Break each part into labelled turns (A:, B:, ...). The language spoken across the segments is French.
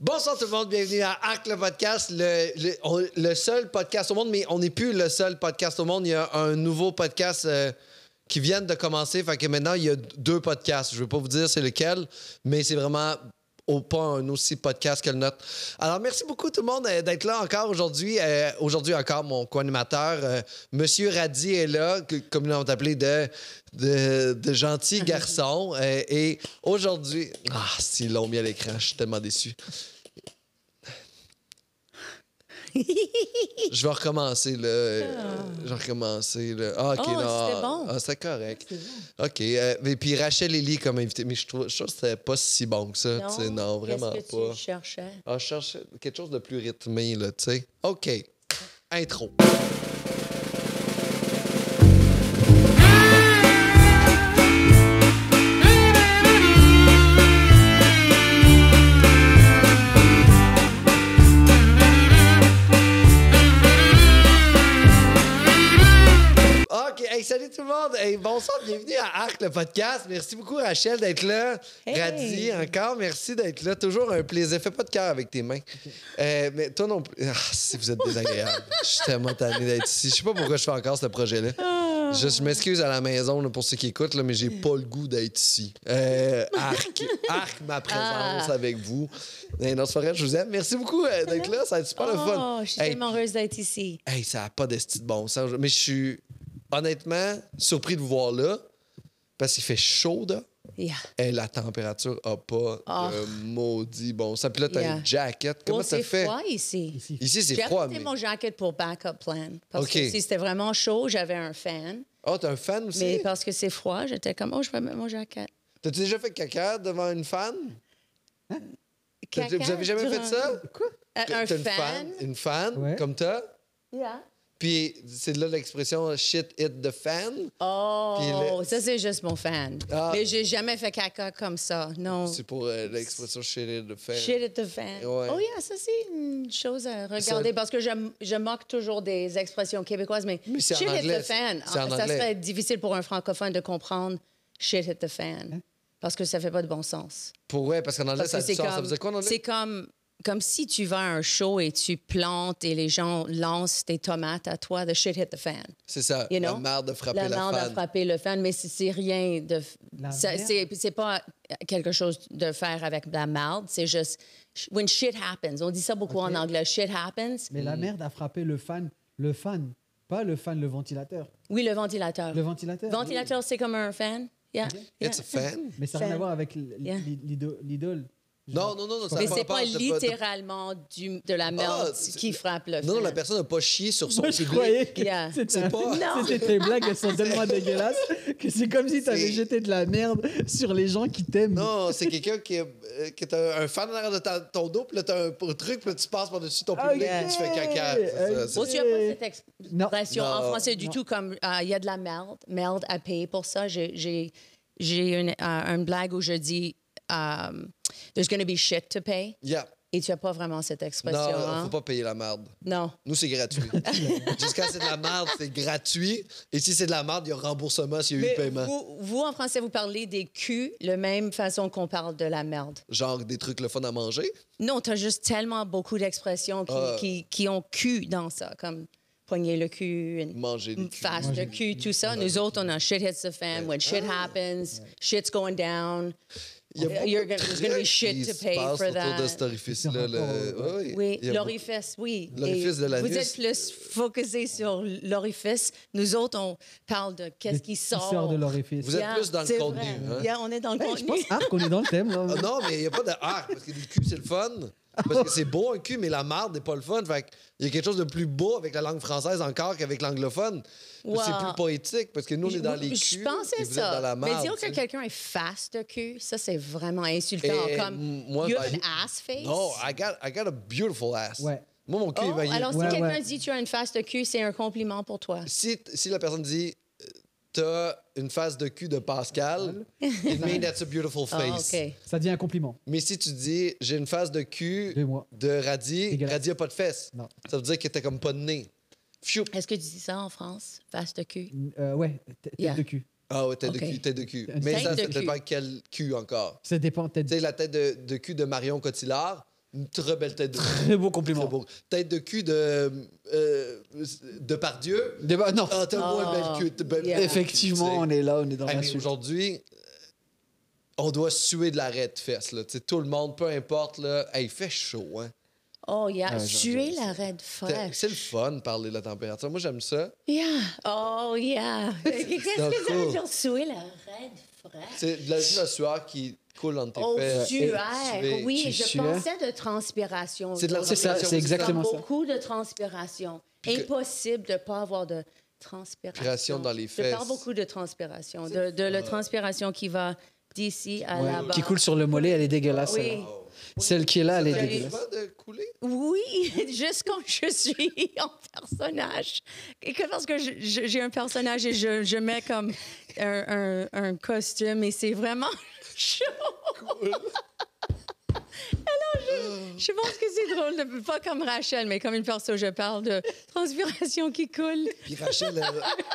A: Bonsoir tout le monde, bienvenue à Arc le podcast, le, le- on- le seul podcast au monde, mais on n'est plus le seul podcast au monde. Il y a un nouveau podcast euh, qui vient de commencer, fait que maintenant il y a deux podcasts. Je ne veux pas vous dire c'est lequel, mais c'est vraiment au pas un aussi podcast que le nôtre. Alors merci beaucoup tout le monde euh, d'être là encore aujourd'hui. Euh, aujourd'hui encore mon co-animateur, euh, Monsieur Radi est là, que- comme l'ont appelé de, de, de gentil garçon. Euh, et aujourd'hui, ah si l'ont mis à l'écran, je suis tellement déçu. Je vais recommencer, là. Euh, Je vais recommencer, là. Ah, OK,
B: Oh,
A: non,
B: c'était
A: ah,
B: bon.
A: ah, c'était correct. OK. euh, et puis Rachel Ellie comme invitée. Mais je trouve, je trouve que c'était pas si bon que ça. tu sais, non vraiment
B: Qu'est-ce que
A: pas.
B: tu cherchais?
A: Ah, je cherche quelque chose de plus rythmé, là, tu sais. OK. Intro. OK. Hey, salut tout le monde. Hey, bonsoir. Bienvenue à Arc, le podcast. Merci beaucoup, Rachel, d'être là.
B: Hey.
A: Radhi, encore merci d'être là. Toujours un plaisir. Fais pas de cœur avec tes mains. Euh, mais toi non plus. Ah, si vous êtes désagréable. je suis tellement tanné d'être ici. Je sais pas pourquoi je fais encore ce projet-là.
B: Ah.
A: Je, je m'excuse à la maison là, pour ceux qui écoutent, là, mais j'ai pas le goût d'être ici. Euh, arc, arc ma présence
B: Ah.
A: avec vous. Mais non, c'est pas vrai, je vous aime. Merci beaucoup euh, d'être là. Ça va être super le fun.
B: Oh, je suis
A: Hey,
B: tellement heureuse d'être ici.
A: Hey, ça n'a pas d'esti de bon sens. Mais je suis honnêtement surpris de vous voir là parce qu'il fait chaud, là.
B: Yeah.
A: Hey, Eh, la température a pas
B: Ah.
A: de maudit bon sens. Puis là, t'as
B: Yeah.
A: une jacket. Comment
B: Oh,
A: ça
B: c'est
A: fait?
B: froid ici.
A: Ici, c'est
B: J'ai
A: froid.
B: apporté
A: Mais...
B: mon jacket pour backup plan. Parce
A: OK.
B: que si c'était vraiment chaud, j'avais un fan.
A: Oh, t'es un fan aussi?
B: Mais parce que c'est froid, j'étais comme, oh, je vais mettre mon jacket.
A: T'as-tu déjà fait caca devant une fan? T'as-
B: Caca
A: Vous avez jamais fait
B: durant-
A: ça? Quoi?
B: Euh, un
A: T'as une
B: fan.
A: Une fan,
C: Ouais.
A: comme toi.
B: Yeah.
A: Puis c'est là l'expression shit hit the fan.
B: Oh,
A: Puis le-
B: ça, c'est juste mon fan.
A: Ah.
B: Mais j'ai jamais fait caca comme ça, non.
A: C'est pour euh, l'expression shit hit the fan.
B: Shit at the fan.
A: Ouais.
B: Oh yeah, ça c'est une chose à regarder parce que je, je moque toujours des expressions québécoises, mais,
A: Mais c'est en
B: shit at
A: anglais,
B: the fan,
A: c'est en
B: ça
A: anglais.
B: serait difficile pour un francophone de comprendre shit at the fan parce que ça fait pas de bon sens.
A: Pour ouais, parce qu'en anglais,
B: Parce
A: Hein? ça
B: que
A: a du
B: c'est
A: sens. Ça
B: comme,
A: faisait quoi en
B: c'est
A: anglais?
B: comme comme si tu vas à un show et tu plantes et les gens lancent tes tomates à toi, the shit hit the fan.
A: C'est ça.
B: You
A: La
B: know?
A: merde de frapper
B: La
A: la,
B: merde à
A: fan.
B: frapper le fan, mais c'est- c'est rien de. f-
C: La
B: ça-
C: merde.
B: C'est c'est pas quelque chose de faire avec la merde, c'est juste. sh- When shit happens. On dit ça beaucoup en anglais. Shit happens.
C: Mais
A: Mm.
C: la merde a frappé le fan, le fan, pas le fan, le ventilateur.
B: Oui, le ventilateur.
C: Le ventilateur.
B: ventilateur, c'est comme un fan. Yeah. yeah.
A: It's a fan?
C: Mais ça n'a rien
B: Fan.
C: à voir avec l-
B: Yeah.
C: l- l'ido- l'idole.
A: Non, non, non, non. ça
B: Mais
A: a
B: c'est
A: rapport,
B: pas
A: t'as t'as
B: littéralement du, de la merde
A: Ah, c'est-
B: qui frappe le fan.
A: Non, non, la personne n'a pas chié sur son
C: Moi, je
A: public.
C: croyais que
B: Yeah.
C: c'était
A: C'est pas-
B: Non.
C: c'était tes blagues, elles sont tellement dégueulasses que c'est comme si tu
A: C'est-
C: avais jeté de la merde sur les gens qui t'aiment.
A: Non, c'est quelqu'un qui, est- euh, qui est un, un fan en arrière de ta- ton dos, puis là, t'as un p- truc, puis là, tu passes par-dessus
B: Ah,
A: ton public,
C: Ok.
A: puis tu fais caca. C'est ça, c'est-
B: Bon, tu as pas cette
C: Non.
B: expression en
A: Non.
B: français du
C: Non.
B: tout, comme euh, il y a de la merde, merde à payer pour ça. J'ai- J'ai j'ai une, euh, une blague où je dis um, There's gonna be shit to pay.
A: Yeah.
B: Et tu n'as pas vraiment cette expression.
A: Non, euh,
B: hein?
A: faut pas payer la merde.
B: Non.
A: Nous, c'est gratuit. Jusqu'à c'est de la merde, c'est gratuit. Et si c'est de la merde, il y a remboursement s'il y a eu
B: Mais
A: paiement.
B: vous, vous, en français, vous parlez des culs de même façon qu'on parle de la merde.
A: Genre des trucs le fun à manger.
B: Non, tu as juste tellement beaucoup d'expressions qui,
A: Ah.
B: qui, qui ont cul dans ça, comme poigner le cul, une
A: Manger des culs.
B: face le cul, tout ça. Nous autres, on a shit hits the fan. When shit
A: Ah.
B: happens, shit's going down.
A: Il y a beaucoup
B: You're
A: de
B: gonna- there's gonna be
A: trucs
B: shit
A: qui
B: to
A: se
B: pay
A: passent autour
B: for
A: de
B: that.
A: cet orifice-là. là.
C: rapport,
A: Oui,
B: Oui,
A: il y a beaucoup-
B: l'orifice, oui.
A: L'orifice
B: Et
A: de l'anus.
B: Vous êtes plus focusé sur l'orifice. Nous autres, on parle de qu'est-ce qui sort.
C: de l'orifice.
A: Vous êtes plus dans le
B: c'est
A: contenu,
B: vrai.
A: hein?
B: Yeah, on est dans le
C: Hey, je pense
B: contenu.
C: ah, qu'on est dans le thème. Là.
A: Ah non, mais il n'y a pas de art, parce que le cul, c'est le fun. Parce que c'est beau un cul, mais la marde n'est pas le fun. Fait il y a quelque chose de plus beau avec la langue française encore qu'avec l'anglophone. Parce que C'est
B: Wow.
A: plus poétique, parce que nous, on est dans
B: Je-
A: les culs.
B: Je pensais
A: et vous êtes
B: ça.
A: dans la
B: mais
A: marde,
B: dire
A: tu sais.
B: que quelqu'un est face de cul, ça, c'est vraiment insultant.
A: Eh,
B: comme,
A: m- moi,
B: you
A: bah,
B: have
A: j'ai-
B: an ass face.
A: Non, I got, I got a beautiful ass.
C: Ouais.
A: Moi, mon cul,
B: Oh,
A: il
C: ben,
A: va y-
B: alors, si
C: Ouais,
B: quelqu'un
C: ouais.
B: dit tu as une face de cul, c'est un compliment pour toi.
A: si, si la personne dit euh, T'as une face de cul de Pascal, it means that's a beautiful
B: Ah,
A: face.
B: OK.
C: Ça devient un compliment.
A: Mais si tu dis J'ai une face de cul
C: De moi.
A: de Radis,
C: Dégueulasse.
A: Radis n'a pas de fesses.
C: Non.
A: Ça veut dire que t'as comme pas de nez. Pfiou.
B: Est-ce que tu dis ça en France, face de cul?
C: Euh, ouais, t- tête
B: Yeah.
C: de cul.
A: Ah ouais, tête
B: Ok.
A: de cul, tête de cul.
C: Tête
A: Mais
B: de
A: ça, ça
B: cul.
A: dépend quel cul encore.
C: Ça dépend. Tête
A: Tu sais, la tête de, de cul de Marion Cotillard, Une très belle tête de cul.
D: Très beau compliment.
A: Très beau. Tête de cul de. euh, de Pardieu.
D: Débat- non.
A: Ah, t'as beau,
B: Ah,
A: un bel cul. t'as belle-
B: yeah.
D: Effectivement, on est là, on est dans
A: Hey, mais
D: l'insulte.
A: aujourd'hui, euh, on doit suer de l'arrêt de fesses. Là. Tu sais, Tout le monde, peu importe, là, Hey, il fait chaud. Hein.
B: Oh, yeah.
D: Ah, j'en-
B: Suer la raide fraîche.
A: C'est le fun de parler de la température. Moi, j'aime ça.
B: Yeah. Oh, yeah. Qu'est-ce
A: donc
B: que ça veut
A: cool.
B: dire suer la raide fraîche?
A: C'est de la, de la sueur qui coule dans tes
B: Oh,
A: fesses.
B: sueur.
A: Tu es-
B: Oui,
D: tu
B: je
D: sues.
B: pensais de transpiration.
A: C'est de la-
B: aujourd'hui.
A: c'est ça, c'est
B: Comme
D: exactement ça.
B: Beaucoup de transpiration.
A: que-
B: Impossible de ne pas avoir de transpiration.
A: Transpiration dans les
B: Je
A: fesses.
B: parle beaucoup de transpiration, de, de la transpiration qui va d'ici à
D: Ouais,
B: là-bas.
D: Qui coule sur le mollet, elle est dégueulasse.
B: Oui.
D: celle-là. Celle qui est là, elle est
A: Ça
B: J'arrive
A: t'arrive
D: dégueulasse.
A: pas de couler?
B: Oui, juste quand je suis en personnage. Et que lorsque je- je- j'ai un personnage et je, je mets comme un, un- un costume et c'est vraiment chaud. Alors, je, je pense que c'est drôle, de- pas comme Rachel, mais comme une personne, je parle de transpiration qui coule.
A: Puis Rachel, elle,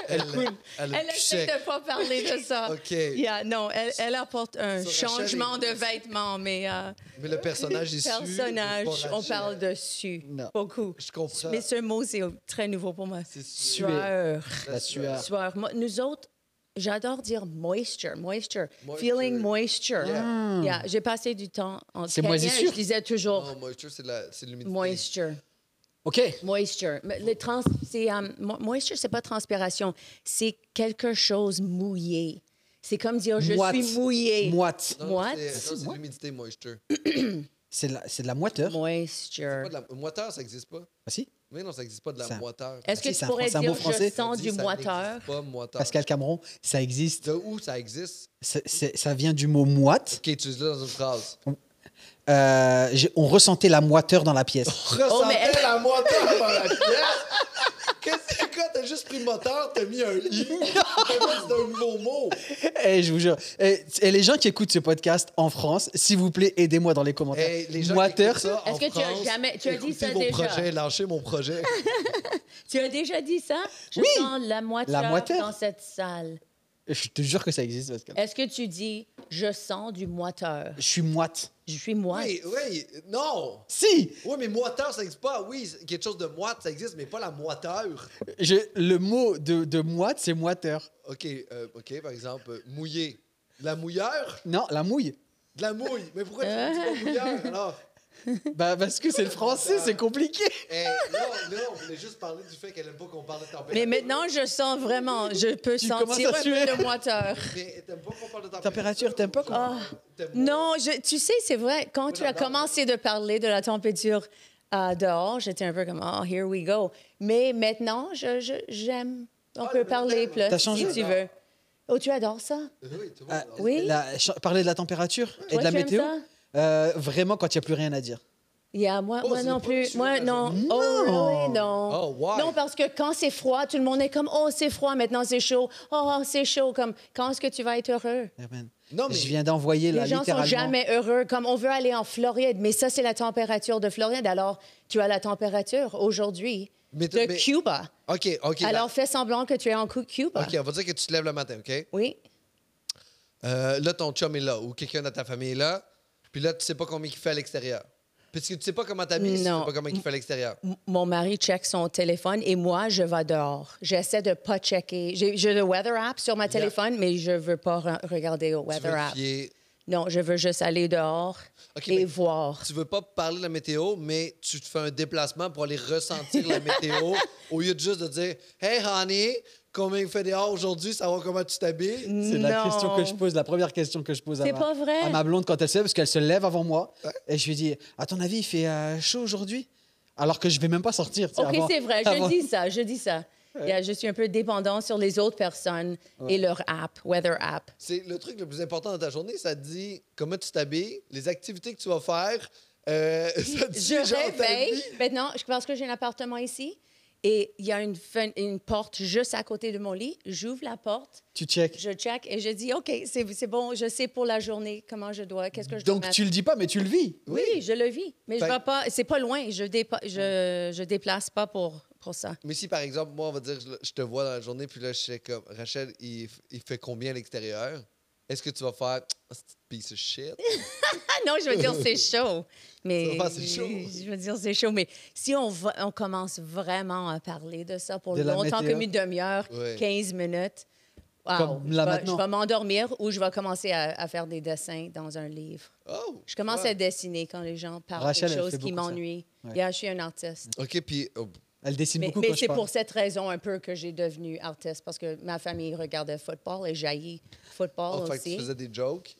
A: elle, elle, elle,
B: Elle essaie de pas parler de ça.
A: OK.
B: Yeah, non, elle, elle apporte un
A: So, Rachel
B: changement de
A: est-
B: vêtements, mais euh,
A: Mais le personnage est su,
B: personnage,
A: pas Rachel.
B: on parle dessus.
D: Non.
B: Beaucoup.
A: Je comprends.
B: Mais ce mot, c'est très nouveau pour moi.
A: C'est suer.
B: Sueur.
D: La sueur.
B: Sueur. Moi, Nous autres, j'adore dire moisture, moisture,
A: Moisture.
B: feeling moisture.
A: Yeah.
B: Yeah, J'ai passé du temps en
D: C'est
B: Kenya,
D: moisissure.
B: Je disais toujours
A: Non, moisture, c'est de la- c'est de l'humidité.
B: moisture,
D: OK.
B: moisture. Mais le trans, c'est euh, mo- moisture, c'est pas transpiration, c'est quelque chose mouillé. C'est comme dire je
D: Moite.
B: suis mouillé.
D: Moite.
A: Non, non,
B: What?
A: c'est- non, C'est de
D: What?
A: l'humidité, moisture.
D: C'est de la, c'est de la moiteur.
B: Moisture.
A: Pas de la- Moiteur, ça n'existe pas.
D: Ah, si.
A: Mais non, ça n'existe pas de la
D: Ça-
A: moiteur.
B: Est-ce que
D: c'est
B: tu
D: un
B: pourrais
D: Français, un mot
B: dire je
D: français.
B: sens
A: dit,
B: du
A: ça
B: moiteur?
A: n'existe Pas moiteur.
D: Pascal Cameron, ça existe.
A: De où ça existe?
D: C'est- c'est- ça vient du mot moite.
A: Ok, tu dis là dans une phrase.
D: Euh, j'ai- on ressentait la moiteur dans la pièce.
A: Ressentais
B: mais elle-
A: la moiteur dans la pièce? Qu'est-ce que quoi, t'as juste pris le moteur, t'as mis un lit, t'as mis un nouveau mot.
D: Eh, je vous jure. Eh, et les gens qui écoutent ce podcast en France, s'il vous plaît, aidez-moi dans les commentaires.
A: Hey, Eh, les gens
D: moiteur,
A: qui écoutent ça en
B: Est-ce que tu as
A: France,
B: jamais- tu as dit
A: écoutez
B: ça
A: mon
B: déjà?
A: projet, lâchez mon projet.
B: Tu as déjà dit ça? Je
D: Oui.
B: sens la moiteur,
D: La moiteur.
B: dans cette salle.
D: je te jure que ça existe, Pascal.
B: Est-ce que tu dis je sens du moiteur?
D: Je suis moite.
B: Je suis moite.
A: Oui, oui, non.
D: Si
A: Oui, mais moiteur, ça n'existe pas. Oui, c'est- quelque chose de moite, ça existe, mais pas la moiteur.
D: je, Le mot de, de moite, c'est moiteur.
A: OK, euh, OK, par exemple, euh, mouillé. De la mouilleur?
D: Non, la mouille.
A: De la mouille. Mais pourquoi tu dis pas mouilleur, alors?
D: Bah, parce que c'est le français, c'est compliqué.
A: Hey, là, là, on voulait juste parler du fait qu'elle aime pas qu'on parle de température.
B: Mais maintenant, je sens vraiment, je peux
D: Tu commences
B: sentir
D: à
B: un peu
D: suer.
B: de moiteur.
A: Mais t'aimes pas qu'on parle de température.
D: Température, t'aimes pas qu'on-
A: Ah.
B: Non, je- tu sais, c'est vrai, quand tu as
A: j'adore.
B: commencé de parler de la température euh, dehors, j'étais un peu comme, oh, here we go. Mais maintenant, je- je- j'aime. On
A: Ah,
B: peut
A: le
B: parler
A: thème.
B: plus
D: T'as
B: si
D: changé.
B: tu veux. Oh, tu adores ça?
A: Oui, tout le
D: Ah,
A: monde.
B: Oui.
D: la- ch- parler de la température et
B: Toi,
D: de la
B: tu aimes
D: météo.
B: ça?
D: Euh, vraiment, quand il n'y a plus rien à dire.
B: Yeah, moi,
A: Oh,
B: moi
A: c'est
B: non
A: pas
B: plus.
A: dessus,
B: Moi,
A: là,
B: non.
D: genre.
B: Oh,
D: Non.
B: really, non.
A: Oh, why?
B: Non, parce que quand c'est froid, tout le monde est comme, oh, c'est froid, maintenant c'est chaud. Oh, oh, c'est chaud. Comme, quand est-ce que tu vas être heureux?
D: Amen.
A: Non, mais-
D: Je viens d'envoyer là,
B: Les gens sont
D: littéralement.
B: jamais heureux. Comme, on veut aller en Floride, mais ça, c'est la température de Floride. Alors, tu as la température aujourd'hui
A: Mais
B: de
A: t- mais-
B: Cuba.
A: OK, OK.
B: Alors,
A: là-
B: fais semblant que tu es en Cu- Cuba.
A: OK, on va dire que tu te lèves le matin, OK?
B: Oui.
A: Euh, là, ton chum est là ou quelqu'un de ta famille est là. Puis là, tu sais pas combien il fait à l'extérieur. Puisque tu sais pas comment t'habilles, si tu sais
B: Non.
A: pas comment il fait à l'extérieur.
B: M- Mon mari check son téléphone et moi, je vais dehors. J'essaie de pas checker. J'ai j'ai le Weather App sur ma téléphone, mais je veux pas re- regarder au
A: Tu
B: Weather
A: veux te
B: App.
A: fier-
B: Non, je veux juste aller dehors
A: Ok,
B: et
A: mais-
B: voir.
A: Tu veux pas parler de la météo, mais tu te fais un déplacement pour aller ressentir la météo au lieu de juste de dire Hey, honey, combien il fait dehors aujourd'hui, savoir comment tu t'habilles.
D: C'est la question que je pose, la première question que je pose à
B: C'est
D: ma,
B: pas vrai.
D: à ma blonde quand elle se lève, parce qu'elle se lève avant moi. Et je lui dis À ton avis, il fait euh, chaud aujourd'hui Alors que je vais même pas sortir. tu sais,
B: OK,
D: avant-
B: c'est vrai, je
D: avant-
B: dis ça, je dis ça. Yeah, je suis un peu dépendant sur les autres personnes et leur app, Weather App.
A: C'est le truc le plus important dans ta journée, ça te dit comment tu t'habilles, les activités que tu vas faire. euh, ça te dit
B: Je
A: genre ta
B: réveille.
A: vie.
B: Maintenant, je- parce que j'ai un appartement ici et il y a une, fen- une porte juste à côté de mon lit. J'ouvre la porte,
D: Tu check.
B: je check et je dis OK, c'est c'est bon, je sais pour la journée comment je dois, qu'est-ce que je dois
D: Donc
B: mettre.
D: tu le dis pas, mais tu le vis.
B: Oui, je le vis, mais je
A: Fait-
B: vais pas, c'est pas loin, je dépa- je, je déplace pas pour, pour ça.
A: Mais si, par exemple, moi, on va dire, je, je te vois dans la journée, puis là, je sais comme, Rachel, il, f- il fait combien à l'extérieur? Est-ce que tu vas faire Asti de piece of shit?
B: Ah non, je veux dire, c'est chaud. Mais,
A: Ça va, c'est chaud.
B: Je veux dire, c'est chaud. Mais si on, va- on commence vraiment à parler de ça pour
D: De la
B: longtemps,
D: météo.
B: comme une demi-heure,
A: Ouais.
B: 15 minutes, wow,
D: Comme
B: je,
D: là
B: vais,
D: maintenant.
B: je vais m'endormir ou je vais commencer à, à faire des dessins dans un livre.
A: Oh!
B: Je commence
A: ouais.
B: à dessiner quand les gens parlent
D: Rachel,
B: de
D: elle
B: choses
D: fait
B: qui
D: beaucoup ça.
B: m'ennuient.
D: Ouais.
B: Yeah, je suis un artiste.
A: OK, puis oh,
D: Elle dessine
B: Mais,
D: beaucoup
B: mais
D: quand je
B: c'est
D: parle.
B: pour cette raison un peu que j'ai devenu artiste, parce que ma famille regardait football et jaillit football
A: oh, fait que
B: aussi.
A: tu faisais des jokes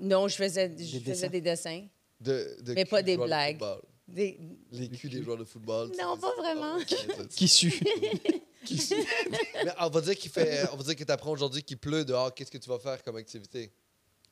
B: Non, je faisais, je faisais
D: dessins.
B: des dessins.
A: de, de
B: Mais
A: cul
B: pas
A: de
B: des
A: joueurs de
B: blagues.
A: football.
B: Des-
A: Les culs des joueurs de football. tu
B: Non,
A: sais,
B: pas
A: c'est-
B: vraiment.
A: Oh, ok,
D: Qui sue.
A: Mais on va dire qu'il fait, on va dire que t'apprends aujourd'hui qu'il pleut dehors. Qu'est-ce que tu vas faire comme activité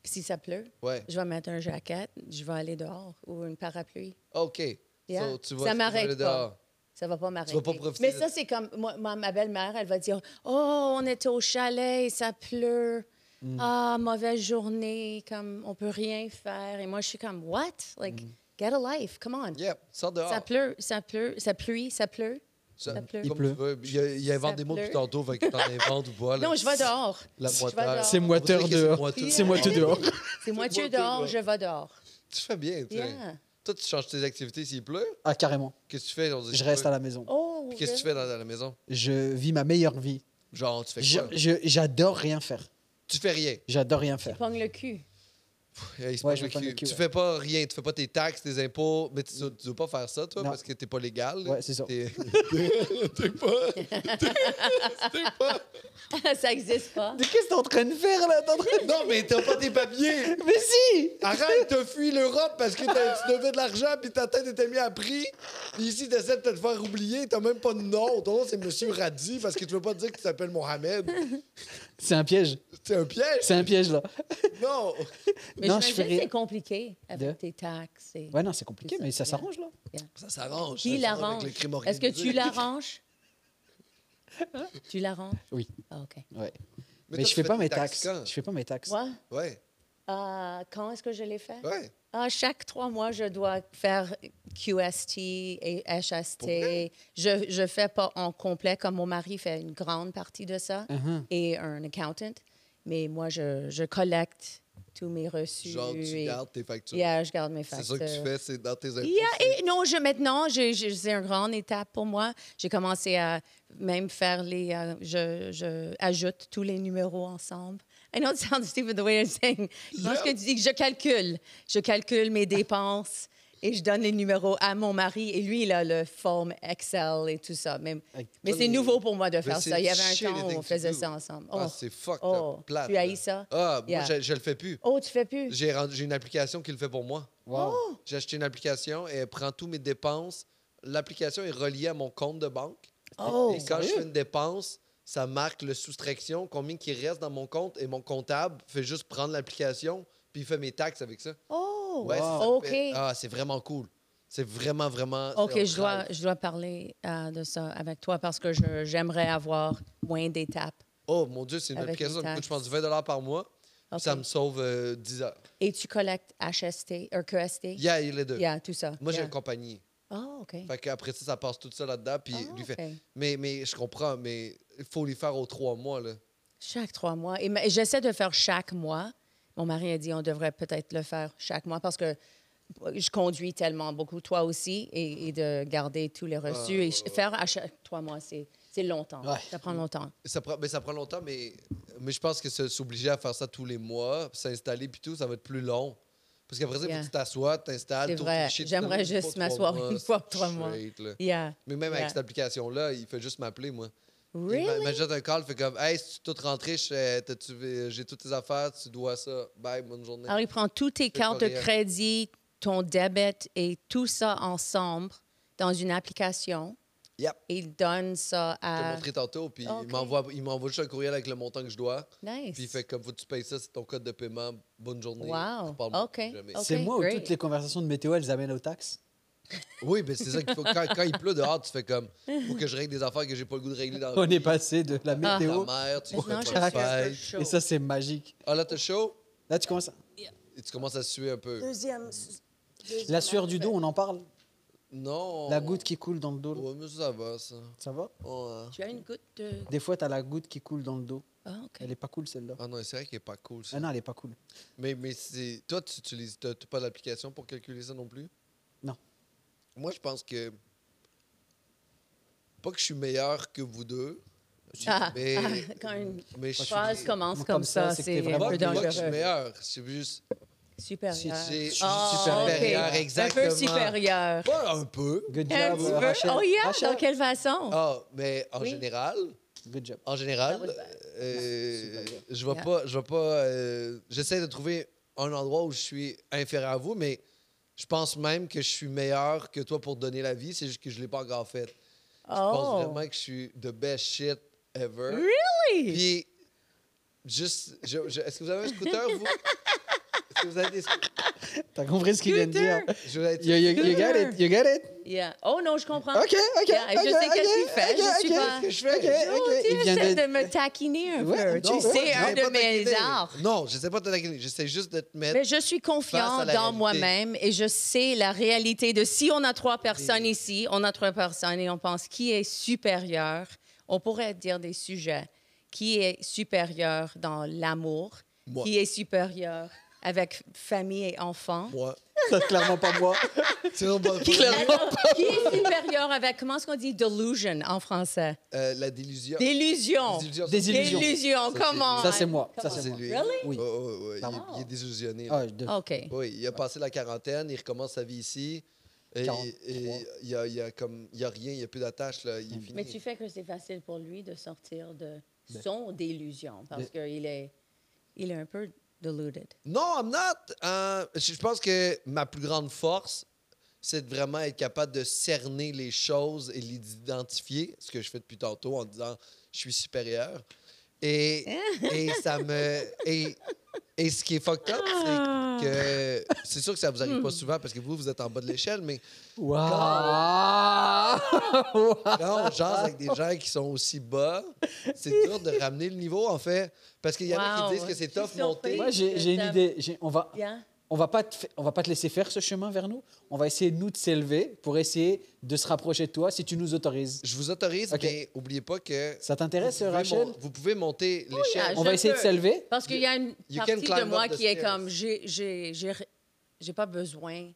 B: Si ça pleut,
A: Ouais.
B: je vais mettre un jacket, je vais aller dehors ou une parapluie.
A: Ok.
B: Yeah.
A: So, tu vas- tu vas
B: ça
A: aller
B: m'arrête
A: dehors.
B: pas. Ça va pas m'arrêter.
A: vas pas profiter
B: Mais
A: de-
B: ça, c'est comme moi, moi, ma belle-mère, elle va dire Oh, on était au chalet, ça pleut.
A: Mm.
B: Ah, mauvaise journée, comme on peut rien faire. Et moi, je suis comme What? Like, get a life, come on.
A: Mm. Yeah, sors dehors.
B: Ça pleut, ça pleut, ça pluie, ça pleut.
A: Ça-
B: ça pleut.
A: comme
D: Il pleut.
A: tu veux. Il, y a- il y a invente
B: Ça
A: des mots depuis
B: pleut.
A: tantôt, fait que t'en inventes ou voilà.
B: Non, je vais dehors.
A: Ah, La
B: Je vais
A: moiteur.
B: dehors.
D: C'est moiteur
A: On dirait que c'est
D: dehors.
A: moiteux.
D: C'est moiteux dehors.
B: C'est moitié
A: moitié
B: dehors,
A: dehors.
B: je vais dehors.
A: Tu fais bien, tu sais.
B: Yeah.
A: Toi, tu changes tes activités s'il pleut.
D: Ah, carrément.
A: Qu'est-ce que tu fais? On dit
D: Je
A: qu'il
D: reste
A: pleut.
D: à la maison.
B: Oh,
A: Puis Qu'est-ce que tu fais dans, dans la maison?
D: Je vis ma meilleure vie.
A: Genre, tu fais
D: Je-
A: quoi?
D: je- J'adore rien faire.
A: Tu fais rien.
D: J'adore rien faire.
B: Pogne le cul.
A: Il se
D: Ouais,
A: passe
D: je me
A: le
D: prends
A: cul.
D: le cul,
A: Tu
D: ouais.
A: fais pas rien. Tu fais pas tes taxes, tes impôts. Mais tu, ne dois pas faire ça, toi,
D: Non.
A: parce que t'es pas légal.
D: Ouais, c'est ça.
A: T'es t'es pas...
B: ça existe pas.
D: Mais qu'est-ce que t'es en train de faire là T'es en train
A: Non, mais t'as pas tes papiers.
D: de- Mais si
A: Arrête, t'as fui l'Europe parce que t'as- tu devais de l'argent puis ta tête était mise à prix. Puis ici, t'essaies de te le faire oublier. T'as même pas de nom. Ton nom, c'est Monsieur Radi parce que tu veux pas dire que tu t'appelles Mohamed.
D: C'est un piège.
A: C'est un piège.
D: C'est un piège là.
A: Non.
B: Mais
D: Non,
B: non,
D: je
B: je
D: fais rien.
B: c'est compliqué avec
D: De?
B: tes taxes. et-
D: Ouais, non, c'est compliqué,
B: C'est ça,
D: mais ça
B: yeah.
D: s'arrange là.
A: Ça s'arrange.
B: Qui
A: ça, avec
B: l'arrange?
A: le crime
B: Est-ce que
A: organisé.
B: tu l'arranges? tu l'arranges?
D: Oui.
B: Ah, OK.
D: Ouais. Mais,
A: toi,
D: je
A: tu
D: fais pas
A: tes
D: mes taxes.
A: quand?
D: Je fais pas mes taxes.
B: Moi,
A: Ouais,
B: euh, quand est-ce que je l'ai fait?
A: ouais.
B: Ah, chaque trois mois, je dois faire QST et
A: Pour
B: HST.
A: vrai?
B: Je ne fais pas en complet, comme mon mari fait une grande partie de ça
D: Uh-huh.
B: et un accountant. Mais moi, je, je collecte tous mes reçus.
A: Genre, tu
B: et-
A: gardes tes factures.
B: Yeah, je garde mes
A: C'est ça
B: factures.
A: que tu fais, c'est dans tes impôts.
B: Yeah, et non, je, maintenant, j'ai- j'ai- c'est une grande étape pour moi. J'ai commencé à même faire les. euh, je, je ajoute tous les numéros ensemble. I know it sounds stupid the way I'm saying. Je pense que tu dis que je calcule. Je calcule mes dépenses et je donne les numéros à mon mari. Et lui, il a le forme Excel et tout ça. Mais,
D: Avec
B: mais
A: tous
B: c'est
A: les-
B: nouveau pour moi de faire
A: c'est
B: ça. Il y avait un
A: shit, les
B: temps où
A: things to
B: on faisait
A: do.
B: ça ensemble. Oh,
A: Ah, c'est fuck,
B: Oh,
A: plate.
B: tu haïs
A: là.
B: ça?
A: Ah,
B: Yeah.
A: moi, je, je le fais plus.
B: oh tu fais plus?
A: J'ai rendu- j'ai une application qui le fait pour moi.
D: Wow.
B: Oh,
A: J'ai acheté une application et elle prend tous mes dépenses. L'application est reliée à mon compte de banque.
B: Oh,
A: et quand je fais une dépense, ça marque le soustraction, combien qui reste dans mon compte. Et mon comptable fait juste prendre l'application puis il fait mes taxes avec ça.
B: oh,
A: Ouais, c'est ça
B: OK.
A: que fait- Ah, c'est vraiment cool. C'est vraiment, vraiment. c'est
B: OK,
A: un
B: je dois,
A: rêve.
B: je dois parler euh, de ça avec toi parce que je- j'aimerais avoir moins d'étapes.
A: Oh mon Dieu, c'est une
B: Avec
A: application
B: les
A: qui me coûte,
B: taxes.
A: je pense, 20 par mois. puis
B: OK.
A: Ça me sauve euh, 10 heures.
B: Et tu collectes HST ou QST?
A: Yeah, les deux.
B: Yeah, tout ça.
A: Moi, j'ai
B: yeah.
A: une compagnie.
B: Oh, OK.
A: Fait qu'après ça, ça passe tout ça là-dedans. Puis
B: Ah,
A: lui fait.
B: ok.
A: Mais, mais je comprends, mais il faut les faire aux trois mois, là.
B: Chaque trois mois. Et ma- et j'essaie de faire chaque mois. Mon mari a dit on devrait peut-être le faire chaque mois parce que je conduis tellement beaucoup, toi aussi, et, et de garder tous
A: Euh,
B: les reçus. et ch- faire à chaque trois mois, c'est c'est longtemps.
D: Ouais.
B: Ça prend longtemps.
A: Ça prend, mais ça prend longtemps, mais, mais je pense que se- s'obliger à faire ça tous les mois, puis s'installer, puis tout, ça va être plus long. Parce qu'après ça, il faut
B: Yeah.
A: que tu t'assoies, t'installes,
B: C'est
A: tout
B: vrai.
A: shit,
B: J'aimerais
A: finalement,
B: juste
A: il faut trois
B: m'asseoir
A: mois,
B: une fois
A: c'est
B: trois mois.
A: straight, là.
B: Yeah.
A: Mais même
B: yeah.
A: avec cette application-là, il fait juste m'appeler, moi. Il m'a-
B: Really?
A: m'ajoute un call, fait comme Hey, si tu tout rentré, je- euh, t'as-tu- euh, j'ai toutes tes affaires, tu dois ça. Bye, bonne journée.
B: Alors, il prend toutes tes
A: peux
B: cartes
A: pas
B: de
A: rien.
B: crédit, ton débit et tout ça ensemble dans une application.
A: Yep.
B: Et il donne ça
A: Je te
B: à.
A: montré tantôt, puis
B: ok.
A: il m'envoie il m'envoie juste un courriel avec le montant que je dois.
B: Nice.
A: Puis il fait comme, faut que tu payes ça, c'est ton code de paiement. Bonne journée.
B: Wow.
A: Reparle-moi
B: OK.
A: plus jamais.
B: OK.
D: C'est moi où
B: great.
D: toutes les conversations de météo, elles amènent aux taxes.
A: Oui, mais c'est ça qu'il faut. Quand, quand il pleut dehors, tu fais comme, faut que je règle des affaires que j'ai pas le goût de régler dans
D: On est passé de la
B: Ah.
A: la
D: météo.
A: mer, tu
B: Maintenant,
A: fais
B: je suis
A: pas
B: un
A: de
B: peu
A: fête.
B: chaud.
D: Et ça, c'est magique.
A: Ah là, t'es chaud?
D: Là, tu commences. à-
A: Et tu commences à suer un peu.
B: Deuxième.
D: La sueur du dos, on en parle.
A: Non.
D: La goutte qui coule dans le dos. là.
A: Ouais, mais ça va, ça.
D: Ça va
A: Ouais.
B: Tu as une goutte de.
D: Des fois, t'as la goutte qui coule dans le dos.
B: Ah, OK.
D: Elle est pas cool, celle-là.
A: Ah non, c'est vrai qu'il est pas cool. ça.
D: Ah non, elle est pas cool.
A: Mais, mais c'est- toi, tu utilises t'as- t'as pas l'application pour calculer ça non plus?
D: Non.
A: Moi, je pense que. Pas que je suis meilleur que vous deux.
B: Ah,
A: mais,
B: ah, quand une
A: mais je suis.
B: phrase commence comme,
D: comme ça,
B: ça,
D: c'est que
B: c'est
D: t'es
B: un
A: Pas
B: peu
A: que- pas que je suis
B: dangereux.
A: meilleur. C'est juste.
B: Supérieur.
A: J'ai- je suis
B: Ah,
A: supérieur,
B: ok. Un
A: exactement.
B: peu supérieur.
A: Pas un peu.
D: Good
B: Un
D: job,
B: petit peu.
D: Rachel.
B: Oh, yeah,
D: Rachel.
B: dans quelle façon?
A: Ah, mais en
B: Oui.
A: général,
D: Good job.
A: en général,
B: That was
A: euh,
D: Super.
A: je vois
B: Yeah.
A: pas, je vois pas. euh, J'essaie de trouver un endroit où je suis inférieur à vous, mais je pense même que je suis meilleur que toi pour te donner la vie. C'est juste que je l'ai pas encore fait. Je pense
B: oh,
A: vraiment que je suis the best shit ever.
B: really?
A: Puis, juste, je- je- est-ce que vous avez un scooter, vous? Est-ce que vous avez des scooters?
D: T'as compris ce qu'il vient de dire?
A: Je vais être-
D: You, you, you get
B: Scooter.
D: it, you get it?
B: Yeah. Oh non, je comprends.
D: OK, OK,
B: Yeah, je
D: OK,
B: sais qu'est-ce qu'il
D: OK,
B: fait, je
D: OK,
B: suis
D: OK,
B: pas-
D: qu'est-ce que je fais?
B: Oh,
D: OK,
B: tu
D: il vient
B: essaies
D: de-
B: de me taquiner un peu.
D: Ouais, non,
B: tu
D: ouais,
B: sais,
A: je
B: hein? un
A: vais
B: de
A: pas
B: mes
A: taquiner.
B: arts.
A: Non, j'essaie pas de taquiner. J'essaie juste de te mettre.
B: Mais je suis
A: Face à
B: confiante
A: la
B: dans
A: réalité.
B: moi-même et je sais la réalité de si on a trois personnes ici, on a trois personnes et on pense qui est supérieur. On pourrait dire des sujets. Qui est supérieur dans l'amour?
A: Moi.
B: Qui est supérieur avec famille et enfants?
A: Moi.
D: C'est clairement pas moi.
A: Sinon, bon,
B: Qui, alors, qui est supérieur avec, comment est-ce qu'on dit delusion en français?
A: euh, la délusion.
B: Délusion.
A: Désillusion.
D: Désillusion.
B: Délusion,
A: c'est-
B: comment?
D: Ça, c'est moi. Ça,
A: Ça,
D: c'est
A: c'est
D: moi.
A: lui.
B: Really? Oh.
D: Oui.
A: Ouais, ouais, ouais. Il, est-
D: Wow.
A: il est désillusionné. là.
D: Ah, de-
B: OK.
A: Oui, il a passé la quarantaine, il recommence sa vie ici. Et, et
D: 43.
A: il y a, il y a comme il y a rien, il n'y a plus d'attache là, il est fini.
B: Mais tu fais que c'est facile pour lui de sortir de
A: Ben.
B: son délusion parce qu'il est, il est un peu deluded.
A: Non, I'm not. Euh, je je pense que ma plus grande force, c'est de vraiment être capable de cerner les choses et les identifier, ce que je fais depuis tantôt en disant je suis supérieur. Et, et ça me. Et, et ce qui est fucked up, c'est que. C'est sûr que ça vous arrive pas souvent parce que vous, vous êtes en bas de l'échelle, mais
D: Wow!
A: quand on jase avec des gens qui sont aussi bas, c'est dur de ramener le niveau, en fait. Parce qu'il y en a
B: Wow,
A: qui disent que
B: ouais.
A: c'est
B: Je
A: tough
B: suis
A: monter.
B: surprise.
D: Moi, j'ai j'ai une
B: Stop.
D: idée. J'ai- On va,
B: Yeah.
D: on va pas te, fa- on va pas te laisser faire ce chemin vers nous. On va essayer nous de s'élever pour essayer de se rapprocher de toi si tu nous autorises.
A: Je vous autorise,
D: Ok.
A: mais oubliez pas que
D: Ça t'intéresse,
A: Vous pouvez
D: Rachel
A: mon- Vous pouvez monter l'échelle.
B: yeah,
D: On
B: Je
D: va essayer de
B: peux.
D: s'élever.
B: Parce qu'il y a une
A: You can
B: partie de
A: climb
B: moi
A: up the
B: qui est
A: stairs.
B: comme j'ai, j'ai, j'ai, j'ai pas besoin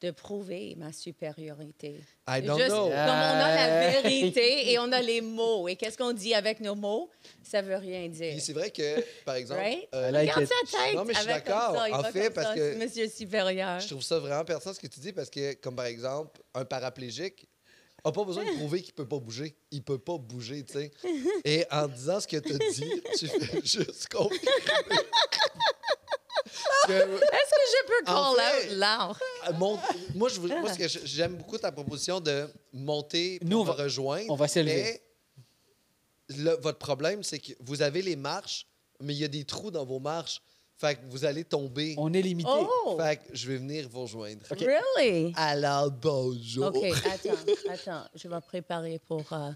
B: de prouver ma supériorité.
A: I don't
B: ah, Juste
A: know. Ah.
B: Comme on a la
D: Yeah.
B: vérité et on a les mots. Et qu'est-ce qu'on dit avec nos mots? Ça veut rien dire.
A: Puis c'est vrai que, par exemple,
B: Right?
A: euh,
D: I like
B: Regarde
D: it.
B: sa tête.
A: Non, mais je suis
B: avec comme
A: d'accord.
B: ça, il
A: En
B: va
A: fait,
B: comme
A: parce
B: ça,
A: que-
B: Monsieur supérieur.
A: je trouve ça vraiment pertinent ce que tu dis parce que, comme par exemple, un paraplégique n'a pas besoin de prouver qu'il peut pas bouger. Il peut pas bouger, tu sais. Et en disant ce que tu dis, tu fais juste confirmer que
B: Est-ce que je peux
A: En
B: call
A: fait-
B: out l'art?
A: euh, mon- moi, je, vous- moi, ce que je- j'aime beaucoup ta proposition de monter pour
D: Nous, on
A: me
D: va-
A: rejoindre.
D: on va s'élever.
A: mais le- votre problème, c'est que vous avez les marches, mais il y a des trous dans vos marches. Fait que vous allez tomber.
D: On est limité.
B: Oh!
A: Fait que je vais venir vous rejoindre.
B: Really?
A: Alors, bonjour.
B: OK, attends, attends. Je vais préparer pour, euh,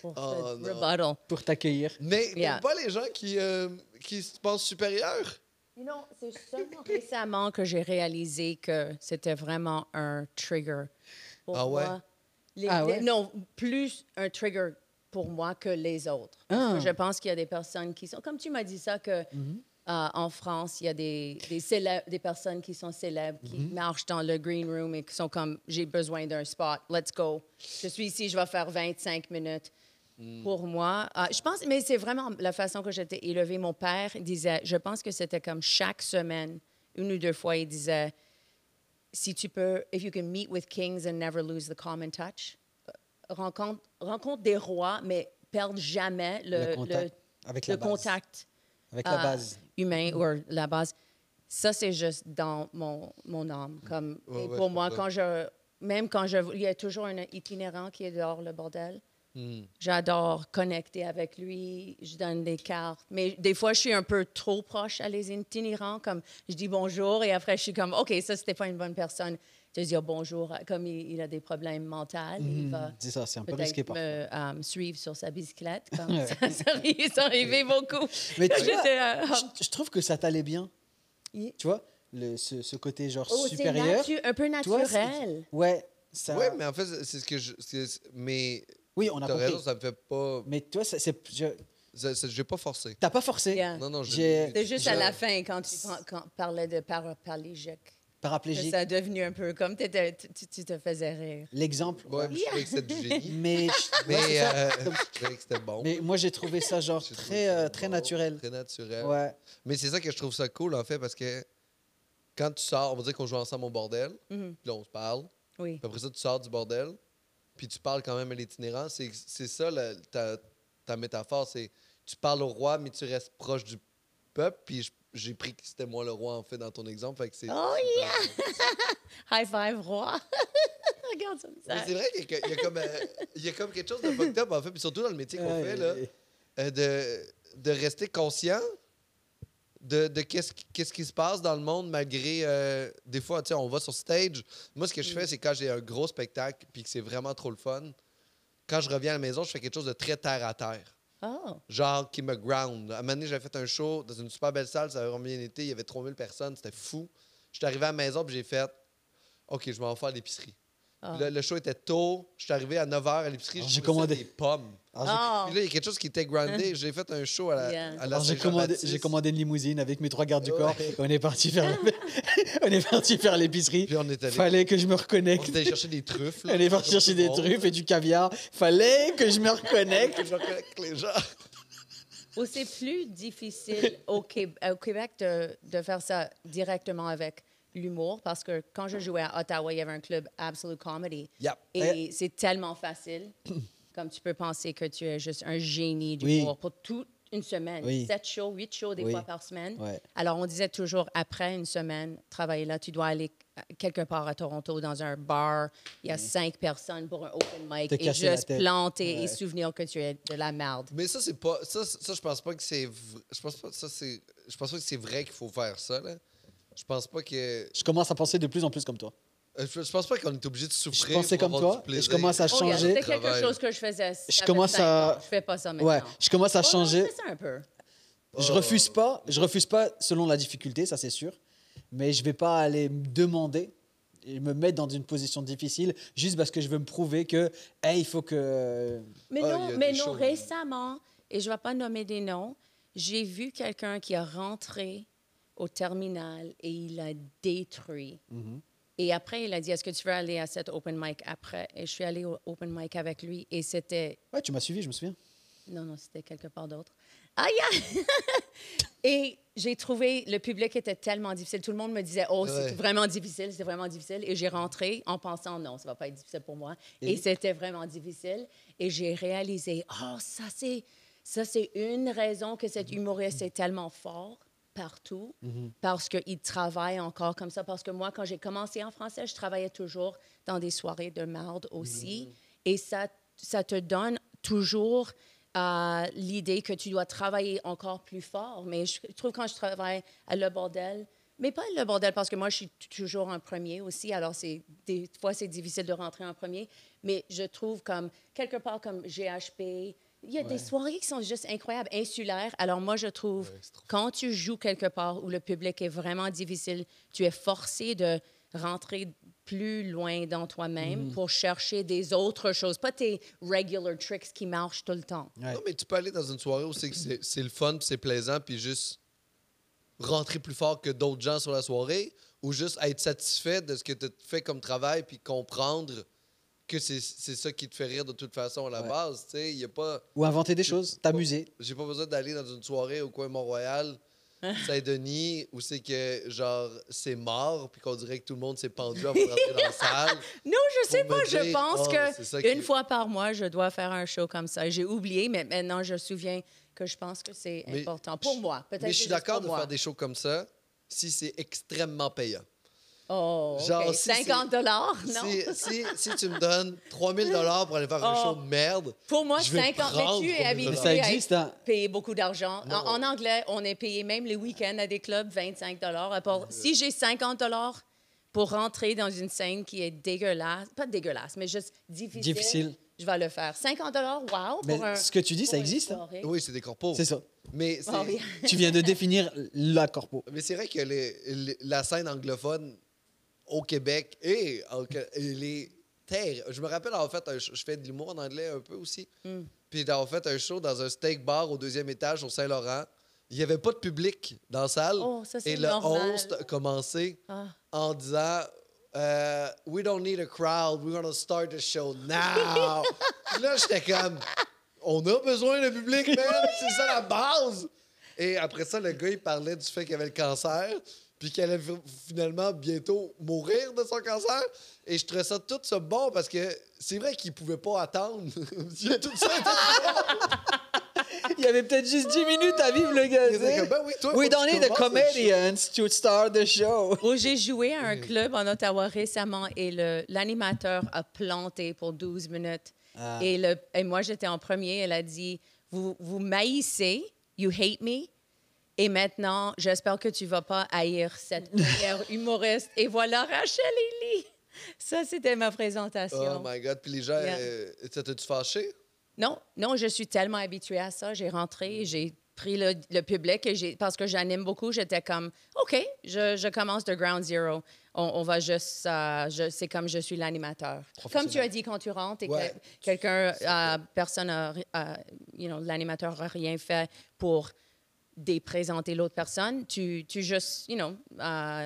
B: pour
A: Oh,
B: ce
A: non.
B: rebuttal.
D: Pour t'accueillir.
A: Mais mais
B: Yeah.
A: pas les gens qui, euh, qui se pensent supérieurs.
B: You know, c'est seulement récemment que j'ai réalisé que c'était vraiment un trigger pour
A: Ah ouais?
B: moi. Les-
D: Ah ouais?
B: les- non, plus un trigger pour moi que les autres. Parce que
D: Ah.
B: Je pense qu'il y a des personnes qui sont... Comme tu m'as dit ça, que
D: Mm-hmm.
B: euh, en France, il y a des, des, célèbres, des personnes qui sont célèbres, qui
D: Mm-hmm.
B: marchent dans le green room et qui sont comme, j'ai besoin d'un spot, let's go. Je suis ici, je vais faire 25 minutes. Pour moi, euh, je pense, mais c'est vraiment la façon que j'étais élevée. Mon père disait, je pense que c'était comme chaque semaine, une ou deux fois, il disait, si tu peux, if you can meet with kings and never lose the common touch, rencontre, rencontre des rois, mais perdre jamais le,
D: Le contact
B: le-
D: avec
B: le
D: la base.
B: contact
D: Avec la
B: euh,
D: base.
B: humain ou euh, la base. Ça, c'est juste dans mon, mon âme. Comme,
A: Ouais,
B: et
A: ouais,
B: pour
A: je
B: moi,
A: comprends.
B: quand je, même quand je. Il y a toujours un itinérant qui est dehors le bordel. J'adore connecter avec lui. Je donne des cartes. Mais des fois, je suis un peu trop proche à les itinérants. Comme je dis bonjour et après, je suis comme OK, ça, c'était pas une bonne personne. Je dis oh, bonjour. Comme il, il a des problèmes mentaux, il va
D: C'est ça, c'est un peu risqué
B: peut-être
D: parfois.
B: me euh, suivre sur sa bicyclette. Comme ça, ça arrivait- ça arrivait beaucoup.
D: Mais tu vois,
B: J'étais, euh, oh,
D: je, je trouve que ça t'allait bien.
B: Yeah.
D: Tu vois, le, ce, ce côté genre
B: Oh, c'est
D: supérieur.
B: natu- un peu
D: Tu vois, c'est-
B: naturel.
D: ouais, ça.
A: Oui, mais en fait, c'est ce que je. c'est- Mais
D: Oui, Ah. on a
A: t'as raison,
D: compris.
A: ça me fait pas.
D: Mais toi, ça, c'est, je-
A: C'est- c'est- J'ai pas forcé.
D: T'as pas forcé.
B: Yeah.
A: Non, non, je-
D: Ah. J'ai-
B: C'est juste à
D: Je-
B: la fin, quand tu prends- quand parlais de par- paraplégique. que
D: Paraplégique.
B: Ça a devenu un peu comme t'étais- tu tu- tu te faisais rire.
D: L'exemple.
A: Ouais, mais je trouvais que c'était du génie.
D: Mais, je-
A: Mais
D: ouais, c'est ça.
A: euh, je trouvais que c'était bon.
D: mais moi, j'ai trouvé ça genre
A: J'ai trouvé
D: très,
A: ça
D: euh,
A: bon,
D: très naturel.
A: Très euh, naturel.
D: Ouais.
A: Mais c'est ça que je trouve ça cool, en fait, parce que quand tu sors, on va dire qu'on joue ensemble au bordel,
B: Mhm.
A: puis là, on se parle.
B: Oui.
A: Puis après ça, tu sors du bordel, puis tu parles quand même à l'itinérant. C'est c'est ça la- ta, ta métaphore, c'est tu parles au roi, mais tu restes proche du peuple. Puis je- j'ai pris que c'était moi le roi, en fait, dans ton exemple. Fait que c'est
B: Oh,
A: super.
B: High five, roi. Regarde ça.
A: Mais
B: ça.
A: c'est vrai qu'il y, a que- il y a comme, euh, il y a comme quelque chose de fucked up, en fait, puis surtout dans le métier qu'on fait, là, euh, de, de rester conscient de, de qu'est-ce qui- qu'est-ce qui se passe dans le monde malgré... euh, des fois, tu sais, on va sur stage. Moi, ce que je fais, c'est quand j'ai un gros spectacle puis que c'est vraiment trop le fun, quand je reviens à la maison, je fais quelque chose de très terre-à-terre.
B: Oh.
A: Genre qui me ground. À un moment donné, j'avais fait un show dans une super belle salle, ça avait vraiment bien été, il y avait 3000 personnes, c'était fou. Je suis arrivé à la maison puis j'ai fait « OK, je m'en vais en faire l'épicerie ».
B: Ah.
A: Le, le show était tôt. Je suis arrivé à 9h à l'épicerie.
D: Alors,
A: j'ai
D: j'ai
A: commandé des
D: commandé.
A: pommes.
D: Alors,
B: Oh.
A: Puis là, il y a quelque chose qui était grindé. J'ai fait un show à la,
B: Yeah.
A: à la
D: Alors, j'ai commandé,
A: Saint-Jean-Baptiste.
D: j'ai commandé une limousine avec mes trois gardes du
A: Ouais.
D: corps. On est parti faire, la- on est parti faire l'épicerie.
A: Puis on est allé,
D: Fallait que je me
A: on
D: reconnecte.
A: est allé chercher des truffes.
D: On
A: là,
D: est parti
A: comme
D: chercher
A: tout le
D: des
A: monde.
D: truffes et du caviar. Fallait que je me reconnecte.
A: Je reconnecte les gens.
B: Ou c'est plus difficile au, Qué- euh, au Québec de, de faire ça directement avec l'humour parce que quand je jouais à Ottawa, il y avait un club Absolute Comedy.
A: Yep.
D: Eh.
B: Et c'est tellement facile. Comme tu peux penser que tu es juste un génie
D: Oui.
B: d'humour pour toute une semaine.
D: Oui.
B: Sept shows, huit shows des
D: Oui.
B: fois par semaine.
D: Ouais.
B: Alors, on disait toujours, après une semaine, travailler là, tu dois aller quelque part à Toronto dans un bar. Il y a cinq personnes pour un open mic
D: Te
B: et
D: casser la
B: juste
D: tête.
B: planter et
D: Ouais.
B: souvenir que tu es de la merde.
A: Mais ça, c'est pas. Ça, c'est- ça, je pense pas que c'est. v- Je pense pas que ça, c'est. Je pense pas que c'est vrai qu'il faut faire ça, là. Je pense pas que.
D: Je commence à penser de plus en plus comme toi.
A: euh, Je, je pense pas qu'on est obligé de
D: Je
A: souffrir.
D: pensais
A: pour
D: comme
A: avoir
D: toi
A: du
D: et je
A: plaisir.
D: commence à
B: Oh, yeah,
D: changer.
B: C'était quelque
A: Travail.
B: chose que je faisais. ça fait
D: commence
B: cinq
D: à-
B: ans. Je fais pas ça maintenant.
D: Ouais, je commence à
B: Oh, non,
D: changer.
B: je fais ça un peu.
D: Je
A: Oh.
D: refuse pas, je refuse pas selon la difficulté, ça c'est sûr, mais je vais pas aller me demander et me mettre dans une position difficile juste parce que je veux me prouver que hey, il faut que
B: Mais
A: Ah, il y a
B: non,
A: des
B: mais non
A: choses.
B: récemment, et je ne vais pas nommer des noms, j'ai vu quelqu'un qui a rentré au terminal et il a détruit.
A: Mm-hmm.
B: Et après, il a dit, est-ce que tu veux aller à cet open mic après? Et je suis allée au open mic avec lui et c'était
D: ouais, tu m'as suivi, je me souviens.
B: Non, non, c'était quelque part d'autre. Aïe! aïe! et j'ai trouvé, le public était tellement difficile. Tout le monde me disait, oh,
A: Ouais.
B: c'est vraiment difficile, c'est vraiment difficile. Et j'ai rentré en pensant, non, ça va pas être difficile pour moi. Et,
D: Et-
B: c'était vraiment difficile. Et j'ai réalisé, oh, ça, c'est. Ça, c'est une raison que cet humoriste est tellement fort partout, parce qu'il travaille encore comme ça. Parce que moi, quand j'ai commencé en français, je travaillais toujours dans des soirées de marde aussi. Et ça, ça te donne toujours euh, l'idée que tu dois travailler encore plus fort. Mais je trouve quand je travaille à Le Bordel, mais pas Le Bordel, parce que moi, je suis t- toujours en premier aussi. Alors, c'est, des fois, c'est difficile de rentrer en premier. Mais je trouve comme, quelque part comme GHP, il y a des soirées qui sont juste incroyables, insulaires. Alors, moi, je trouve, quand tu joues quelque part où le public est vraiment difficile, tu es forcé de rentrer plus loin dans toi-même pour chercher des autres choses, pas tes regular tricks qui marchent tout le temps.
D: Ouais.
A: Non, mais tu peux aller dans une soirée où c'est que c'est c'est le fun, puis c'est plaisant, puis juste rentrer plus fort que d'autres gens sur la soirée, ou juste être satisfait de ce que tu fais comme travail, puis comprendre que c'est c'est ça qui te fait rire de toute façon à la
D: Ouais.
A: base. Tu sais, il y a pas.
D: Ou inventer des choses, t'amuser.
A: J'ai pas besoin d'aller dans une soirée au coin Mont-Royal, Saint-Denis, où c'est que, genre, c'est mort, puis qu'on dirait que tout le monde s'est pendu avant de rentrer dans la salle.
B: Non, je sais
A: Pour
B: pas.
A: me
B: Je
A: dire,
B: pense
A: oh, c'est ça
B: que
A: qui-
B: une fois par mois, je dois faire un show comme ça. J'ai oublié, mais maintenant, je me souviens que je pense que c'est
A: Mais
B: important pour
A: je-
B: moi. Peut-être
A: Mais je
B: c'est
A: suis
B: juste
A: d'accord
B: pour
A: de
B: moi.
A: faire des shows comme ça si c'est extrêmement payant.
B: Oh,
A: Genre,
B: OK.
A: si c'est-
B: 50 dollars, non?
A: Si, si, si tu me donnes 3000 dollars pour aller faire un
B: Oh.
A: show de merde,
B: Pour moi,
A: Je vais
B: 50
A: prendre
B: Mais tu es
A: 30
B: habitué
A: dollars.
D: Ça existe,
B: à
D: hein?
B: payer beaucoup d'argent. En,
A: Non.
B: en anglais, on est payé même les week-ends à des clubs 25 dollars. À part- Si j'ai 50 dollars pour rentrer dans une scène qui est dégueulasse, pas dégueulasse, mais juste difficile,
D: Difficile.
B: je vais le faire. 50 dollars, wow,
D: Mais
B: pour un...
D: ce que tu dis, ça
B: pour une
D: existe, hein?
B: soirée.
A: oui, c'est des corpos.
D: C'est ça.
A: Mais c'est,
B: Ah oui.
D: Tu viens de définir la corpo.
A: mais c'est vrai que les- les- la scène anglophone au Québec et, en- elle est terre. Je me rappelle avoir fait un show- je fais de l'humour en anglais un peu aussi.
B: Mm.
A: Puis d'avoir fait un show dans un steak bar au deuxième étage au Saint-Laurent. Il n'y avait pas de public dans la salle.
B: Oh, ça, c'est
A: et le
B: normal.
A: host a commencé
B: Ah.
A: en disant euh, We don't need a crowd, we're gonna start the show now. Puis là, j'étais comme On a besoin de public, man, c'est ça la base. Et après ça, le gars, il parlait du fait qu'il avait le cancer, puis qu'il allait fi- finalement bientôt mourir de son cancer. Et je trouvais ça tout ça bon parce que c'est vrai qu'il pouvait pas attendre. Il y a tout ça.
D: Ah, Il y avait peut-être juste 10 minutes à vivre, le gars.
A: Il était comme, ben oui, toi, faut
D: We
A: que
D: don't
A: tu
D: need the
A: commences le show.
D: comedians to start the show.
B: Oh, j'ai joué à un club en Ottawa récemment et le- l'animateur a planté pour 12 minutes.
D: Ah.
B: Et, le, et moi, j'étais en premier. Elle a dit Vous, vous m'haïssez, you hate me. Et maintenant, j'espère que tu vas pas haïr cette première humoriste. Et voilà Rachel Ely. Ça, c'était ma
A: Oh
B: présentation.
A: my God. Puis les gens,
B: Yeah.
A: euh, ça t'as-tu fâché?
B: non, non, je suis tellement habituée à ça. J'ai rentré, j'ai pris le, le public et j'ai, parce que j'anime beaucoup, j'étais comme OK, je, je commence de ground zero. On, on va juste. euh, je- c'est comme je suis l'animateur. Comme tu as dit quand tu rentres et que
A: Ouais.
B: quelqu'un, euh, personne, a ri- euh, you know, l'animateur n'a rien fait pour déprésenter l'autre personne, tu, tu juste, you know. euh,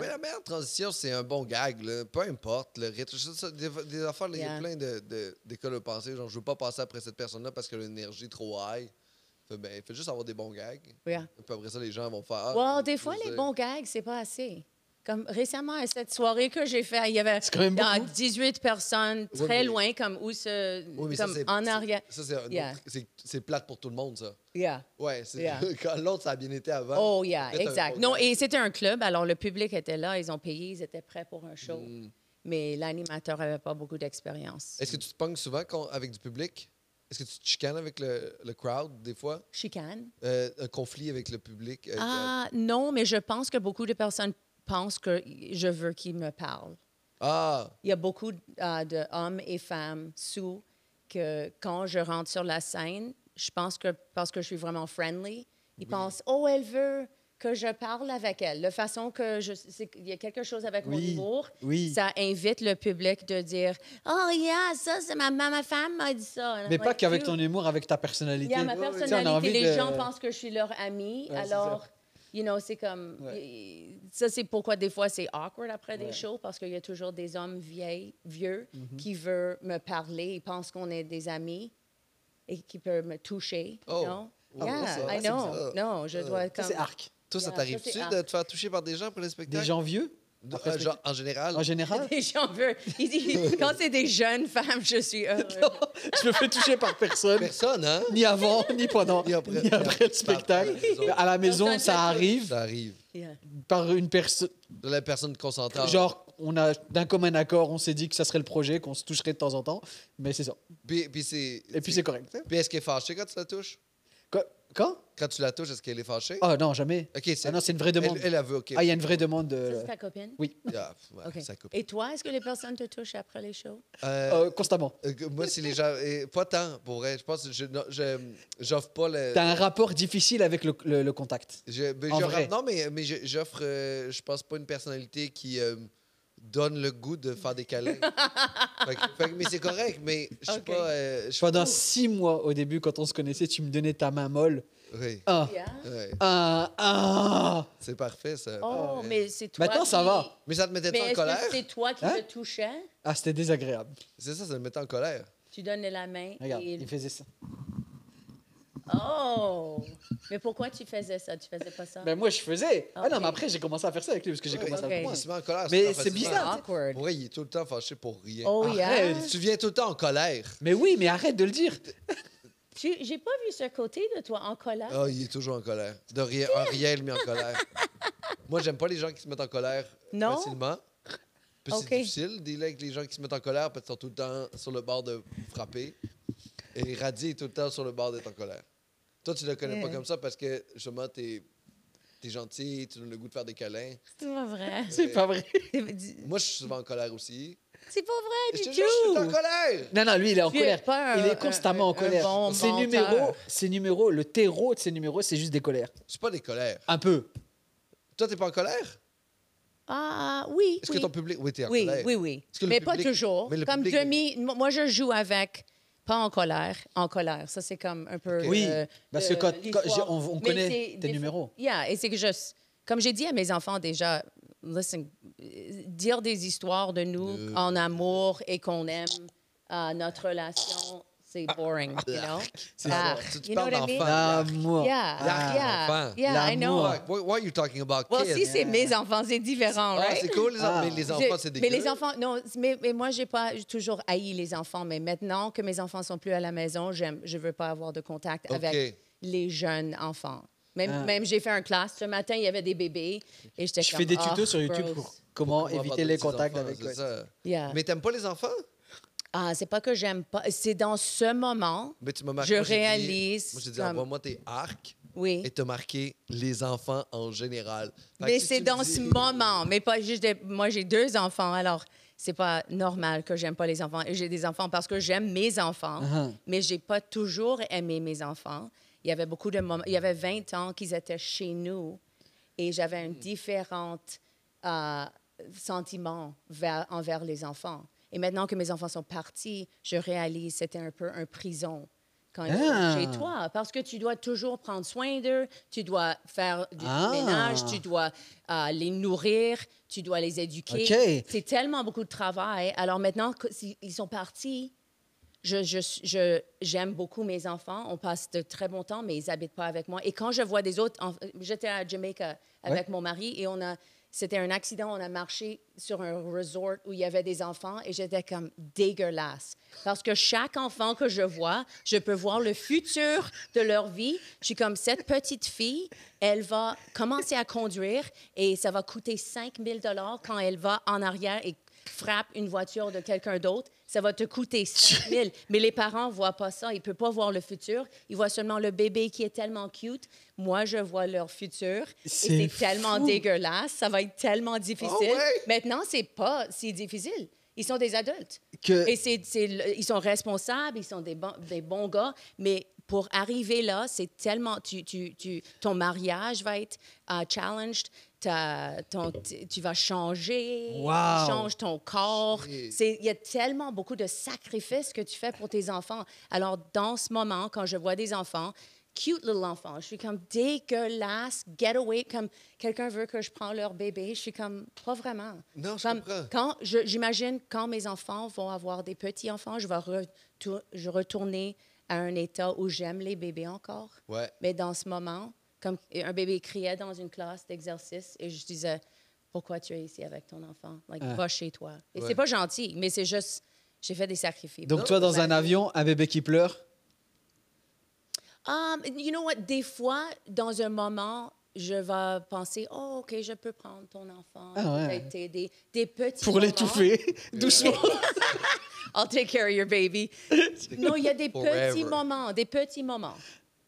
A: Mais la meilleure transition, c'est un bon gag, là. peu importe le rythme. Ça, ça, des, des affaires, là, il y a
B: Yeah.
A: plein de- de- d'écoles de, pensée. Genre, je veux pas passer après cette personne-là parce que l'énergie est trop high. Fait, ben, fait juste avoir des bons gags.
B: yeah.
A: Puis après ça, les gens vont faire. Ah,
B: Well,
A: je
B: des
A: veux
B: fois, les
A: dire.
B: bons gags, c'est pas assez. Comme récemment, à cette soirée que j'ai faite, il y avait
D: quand même
B: dans
D: beaucoup.
B: 18 personnes
A: Oui,
B: très
A: mais-
B: loin, comme où se,
A: Oui, mais ça,
B: comme
A: c'est-
B: en
A: c'est-
B: arrière.
A: Ça, c'est un autre-
B: Yeah.
A: c'est- c'est plate pour tout le monde, ça.
B: Yeah.
A: Ouais, c'est
B: Yeah.
A: quand l'autre, ça a bien été avant.
B: Oh, yeah,
A: Faites un
B: exact.
A: bon
B: Non,
A: gag.
B: et c'était un club, alors le public était là, ils ont payé, ils étaient prêts pour un show.
A: Mm.
B: Mais l'animateur avait pas beaucoup d'expérience.
A: Est-ce que tu te ponges souvent con- avec du public? Est-ce que tu te chicanes avec le, le crowd, des fois?
B: Chicane?
A: Euh, un conflit avec le public? euh,
B: Ah, non, mais je pense que beaucoup de personnes pensent que je veux qu'ils me parlent.
A: ah!
B: Il y a beaucoup euh, de hommes et femmes sous que quand je rentre sur la scène, je pense que parce que je suis vraiment friendly, ils pensent oh elle veut que je parle avec elle. La façon que je c'est- il y a quelque chose avec mon
D: Oui,
B: humour,
D: oui.
B: ça invite le public de dire oh yeah ça c'est ma ma, ma femme m'a dit ça. And I'm
D: Mais pas
B: like,
D: qu'avec
B: Dude,
D: ton humour, avec ta personnalité.
B: il y a ma
D: Tu sais, on a
B: personnalité.
D: envie
B: Les
D: de-
B: gens pensent que je suis leur amie.
D: Ouais, c'est
B: alors, you know, c'est comme.
D: Ouais.
B: y- Ça, c'est pourquoi des fois c'est awkward après des
D: Ouais. Mm-hmm.
B: shows parce qu'il y a toujours des hommes vieilles, vieux qui veulent me parler. Ils pensent qu'on est des amis et qui peuvent me toucher.
A: Oh.
B: Non?
A: Ah,
B: yeah,
A: ça,
B: I
A: c'est
B: know.
A: bizarre.
B: Non, je dois
D: Euh, Ça,
B: comme. Hein?
D: C'est arc.
A: Toi, ça
B: Yeah, ça,
A: t'arrive-tu
B: c'est
A: de
B: hard.
A: te faire toucher par des gens pour les
D: Des
A: spectacles?
D: gens vieux,
A: De-
D: après
A: euh,
D: le
A: genre, en général?
D: en général.
B: Des gens veulent. Ils disent- Quand c'est des jeunes femmes, je suis heureuse.
D: je me fais toucher par personne.
A: Personne, hein?
D: Ni avant, ni pendant,
A: Ni après.
D: ni après le spectacle.
A: Par- par- par-
D: À la maison,
B: Personne
D: ça
B: ne touche.
D: arrive
A: Ça arrive.
B: Yeah.
D: par une personne.
A: De la personne consentante.
D: Genre, on a d'un commun accord, on s'est dit que ça serait le projet, qu'on se toucherait de temps en temps, mais c'est ça.
A: Puis, puis c'est.
D: Et puis c'est correct.
A: Puis est-ce qu'elle est fâchée quand tu la touches?
D: Quand- Quand
A: Quand tu la touches, est-ce qu'elle est fâchée?
D: Ah non, jamais.
A: Ok, c'est.
D: Ah non, c'est une vraie demande.
A: Elle, elle a vu, ok.
D: Ah, il y a une vraie demande. de-
B: Ça, c'est ta copine?
A: Ah, pff, ouais,
B: OK.
A: ça coupe.
B: Et toi, est-ce que les personnes te touchent après les shows?
A: Euh,
D: Euh, constamment.
A: euh, moi, si les gens. et pas tant, pour vrai. Je pense que je non, je- j'offre pas le.
D: T'as un rapport difficile avec le, le- le contact.
A: Je- ben,
D: En
A: je-
D: vrai.
A: Non, mais, mais je- j'offre, euh, je pense, pas une personnalité qui euh, donne le goût de faire des câlins. Fait que- fait que- mais c'est correct, mais je suis
B: Ok.
A: pas. euh, je suis
B: Oh.
D: Pendant six mois au début, quand on se connaissait, tu me donnais ta main molle.
A: Oui,
D: Ah,
B: Yeah.
A: oui.
D: ah, ah.
A: c'est parfait, ça.
B: Oh,
A: Ouais.
B: mais c'est toi.
D: Maintenant, ça
B: qui-
D: va.
A: Mais ça te mettait
B: Mais
A: en
B: est-ce
A: colère?
B: que c'est toi qui
D: Hein?
B: le touchais?
D: Ah, c'était désagréable.
A: C'est ça, ça te mettait en colère.
B: Tu donnais la main
D: Regarde,
B: et...
D: il faisait ça.
B: Oh! Mais pourquoi tu faisais ça? Tu faisais pas ça?
D: Ben moi, je faisais. Ah non,
B: Ok.
D: mais après, j'ai commencé à faire ça avec lui parce que j'ai
A: Ouais,
D: commencé
B: ok.
D: à
A: Il se met en colère.
D: Mais
A: pas
D: c'est
A: facilement.
D: bizarre.
B: Awkward.
A: Pour vrai, il est tout le temps fâché pour rien.
B: Oh,
D: Arrête.
B: yeah!
A: Tu viens tout le temps en colère.
D: Mais oui, mais arrête de le dire.
B: Tu- J'ai pas vu ce côté de toi en colère.
A: Ah, il est toujours en colère. De rien, en rien, il met en colère. Moi, j'aime pas les gens qui se mettent en colère
B: Non?
A: facilement. Puis
B: Ok.
A: c'est difficile, dès avec les gens qui se mettent en colère, parce qu'ils sont tout le temps sur le bord de frapper. Et Radhi est tout le temps sur le bord d'être en colère. Toi, tu le connais pas
B: Yeah.
A: comme ça parce que, justement, t'es es gentil, tu donnes le goût de faire des câlins.
B: C'est pas vrai.
D: C'est pas vrai.
B: C'est
A: Moi, je suis souvent en colère aussi.
B: pas vrai
A: Et je
B: du
A: te jure, je suis tout
B: tout!
A: en colère!
D: Non, non, lui, il est en
B: Tu es
D: colère.
B: pas
D: il
B: un-
D: est constamment
B: un-
D: en
B: un
D: colère.
B: bon
D: ses
B: menteur.
D: numéros, ses numéros, le terreau de ses numéros, c'est juste des colères.
A: C'est pas des colères.
D: Un peu.
A: Toi, t'es pas en colère?
B: Ah, oui.
A: Est-ce
B: oui.
A: que ton public. Oui, t'es en
B: Oui,
A: colère.
B: oui, oui.
A: Est-ce que le
B: mais pas
A: public-
B: toujours.
A: mais le
B: comme
A: public-
B: demi, mo- moi, je joue avec, pas en colère, en colère. Ça, c'est comme un peu.
D: Oui,
B: euh,
D: parce que
B: euh,
D: quand-
B: l'histoire.
D: quand j'ai- on- on
B: Mais
D: connaît
B: c'est
D: tes
B: des-
D: numéros.
B: Yeah, et c'est que je. Comme j'ai dit à mes enfants déjà, listen, euh, dire des histoires de nous en amour et qu'on aime euh, notre relation, c'est boring, you know?
A: C'est
B: Ah,
A: ça. Tu- tu
B: you know
A: parles
B: what I mean?
A: d'enfants.
D: L'amour.
B: Yeah,
A: Ah,
B: yeah,
A: l'enfant.
B: yeah, I know.
D: L'amour.
A: Fuck, why, why are you talking about
B: Well,
A: kids?
B: si c'est mes enfants, c'est différent,
A: Ah,
B: right?
A: c'est cool, les enfants,
D: Ah.
A: mais les
B: Je-
A: enfants, c'est dégueu.
B: Mais les enfants, non, mais, mais moi, j'ai pas toujours haï les enfants, mais maintenant que mes enfants sont plus à la maison, j'aime, je veux pas avoir de contact
A: OK.
B: avec les jeunes enfants. Même,
D: Ah.
B: même j'ai fait un classe ce matin, il y avait des bébés et j'étais
D: Je
B: comme,
D: fais des
B: Ah,
D: tutos sur YouTube
B: gross.
D: pour comment
A: Pourquoi
D: éviter
A: parler de
D: les
A: petits
D: contacts
A: enfants,
D: avec
A: c'est ça.
B: Yeah.
A: Mais t'aimes pas les enfants?
B: Ah, c'est pas que j'aime pas, c'est dans ce moment,
A: Mais tu m'as marqué.
B: Je
A: moi, j'ai dit-
B: réalise
A: Moi, j'ai dit,
B: comme-
A: envoie-moi tes arcs
B: oui.
A: et t'as marqué les enfants en général. Fait que
B: Mais
A: si
B: c'est
A: tu
B: dans
A: me
B: ce
A: dis-
B: moment, mais pas juste. des- Moi, j'ai deux enfants, alors c'est pas normal que j'aime pas les enfants. Et J'ai des enfants parce que j'aime mes enfants,
A: Uh-huh.
D: Ah.
B: mais j'ai pas toujours aimé mes enfants. Il y avait beaucoup de moments. Il y avait 20 ans qu'ils étaient chez nous et j'avais un différent euh, sentiment vers- envers les enfants. Et maintenant que mes enfants sont partis, je réalise que c'était un peu un prison quand ils
D: Ah.
B: sont chez toi parce que tu dois toujours prendre soin d'eux, tu dois faire du
D: Ah.
B: ménage, tu dois euh, les nourrir, tu dois les éduquer.
D: OK.
B: C'est tellement beaucoup de travail. Alors maintenant qu'ils sont partis, je, je, je- j'aime beaucoup mes enfants. On passe de très bons temps, mais ils habitent pas avec moi. Et quand je vois des autres, enf- j'étais à Jamaica avec mon mari et on a, c'était un accident. On a marché sur un resort où il y avait des enfants et j'étais comme dégueulasse parce que chaque enfant que je vois, je peux voir le futur de leur vie. Je suis comme cette petite fille, elle va commencer à conduire et ça va coûter 5000 dollars quand elle va en arrière et frappe une voiture de quelqu'un d'autre, ça va te coûter 5 000. Mais les parents ne voient pas ça. Ils ne peuvent pas voir le futur. Ils voient seulement le bébé qui est tellement cute. Moi, je vois leur futur. Et
D: C'est
B: c'est tellement
D: fou.
B: dégueulasse. Ça va être tellement difficile.
A: Ah ouais?
B: Maintenant, c'est pas si difficile. Ils sont des adultes.
D: Que-
B: Et c'est, c'est le- ils sont responsables, ils sont des, bons- des bons gars, mais pour arriver là, c'est tellement... Tu, tu- tu- ton mariage va être euh, challenged, ta- ton- tu tu vas changer,
D: Wow.
B: tu changes ton corps.
A: Shit.
B: C'est- Il y a tellement beaucoup de sacrifices que tu fais pour tes enfants. Alors, dans ce moment, quand je vois des enfants... Cute little enfant. Je suis comme dégueulasse, get away, comme quelqu'un veut que je prends leur bébé. Je suis comme, pas vraiment.
A: Non, je
B: Comme-
A: comprends.
B: quand je- j'imagine quand mes enfants vont avoir des petits enfants, je vais retou- je retourner à un état où j'aime les bébés encore.
A: Ouais.
B: Mais dans ce moment, comme un bébé criait dans une classe d'exercice et je disais pourquoi tu es ici avec ton enfant Like,
D: Ah.
B: va chez toi. Et
A: Ouais.
B: c'est pas gentil, mais c'est juste j'ai fait des sacrifices.
D: Donc, toi, dans un avion, un bébé qui pleure.
B: Um, you know what? Des fois, dans un moment, je vais penser, oh, OK, je peux prendre ton enfant,
D: Ah ouais.
B: peut-être t'aider. Des petits
D: Pour
B: moments.
D: l'étouffer, doucement.
B: I'll take care of your baby. non, il y a des
A: Forever.
B: petits moments, des petits moments.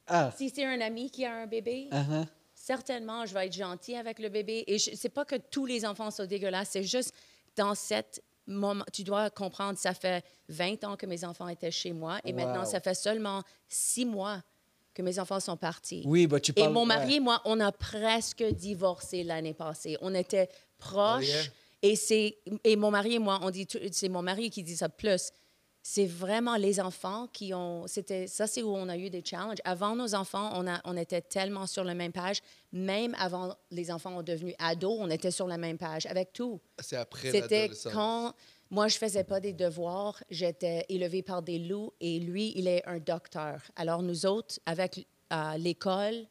D: Ah.
B: Si c'est un ami qui a un bébé,
D: ah, ah.
B: certainement, je vais être gentille avec le bébé. Et je- c'est pas que tous les enfants sont dégueulasses, c'est juste dans cette moment, tu dois comprendre, ça fait 20 ans que mes enfants étaient chez moi et maintenant,
D: Wow.
B: ça fait seulement six mois que mes enfants sont partis.
D: Oui, bah, tu
B: Et
D: parles.
B: mon
D: ouais.
B: mari et moi, on a presque divorcé l'année passée. On était proches.
A: Oh, yeah.
B: Et c'est et mon mari et moi, on dit tout- c'est mon mari qui dit ça plus. C'est vraiment les enfants qui ont c'était ça c'est où on a eu des challenges. Avant nos enfants, on a on était tellement sur la même page, même avant les enfants ont devenu ados, on était sur la même page avec tout.
A: C'est après
B: C'était
A: l'adolescence.
B: quand moi, je faisais pas des devoirs. J'étais élevée par des loups et lui, il est un docteur. Alors, nous autres, avec euh, l'école,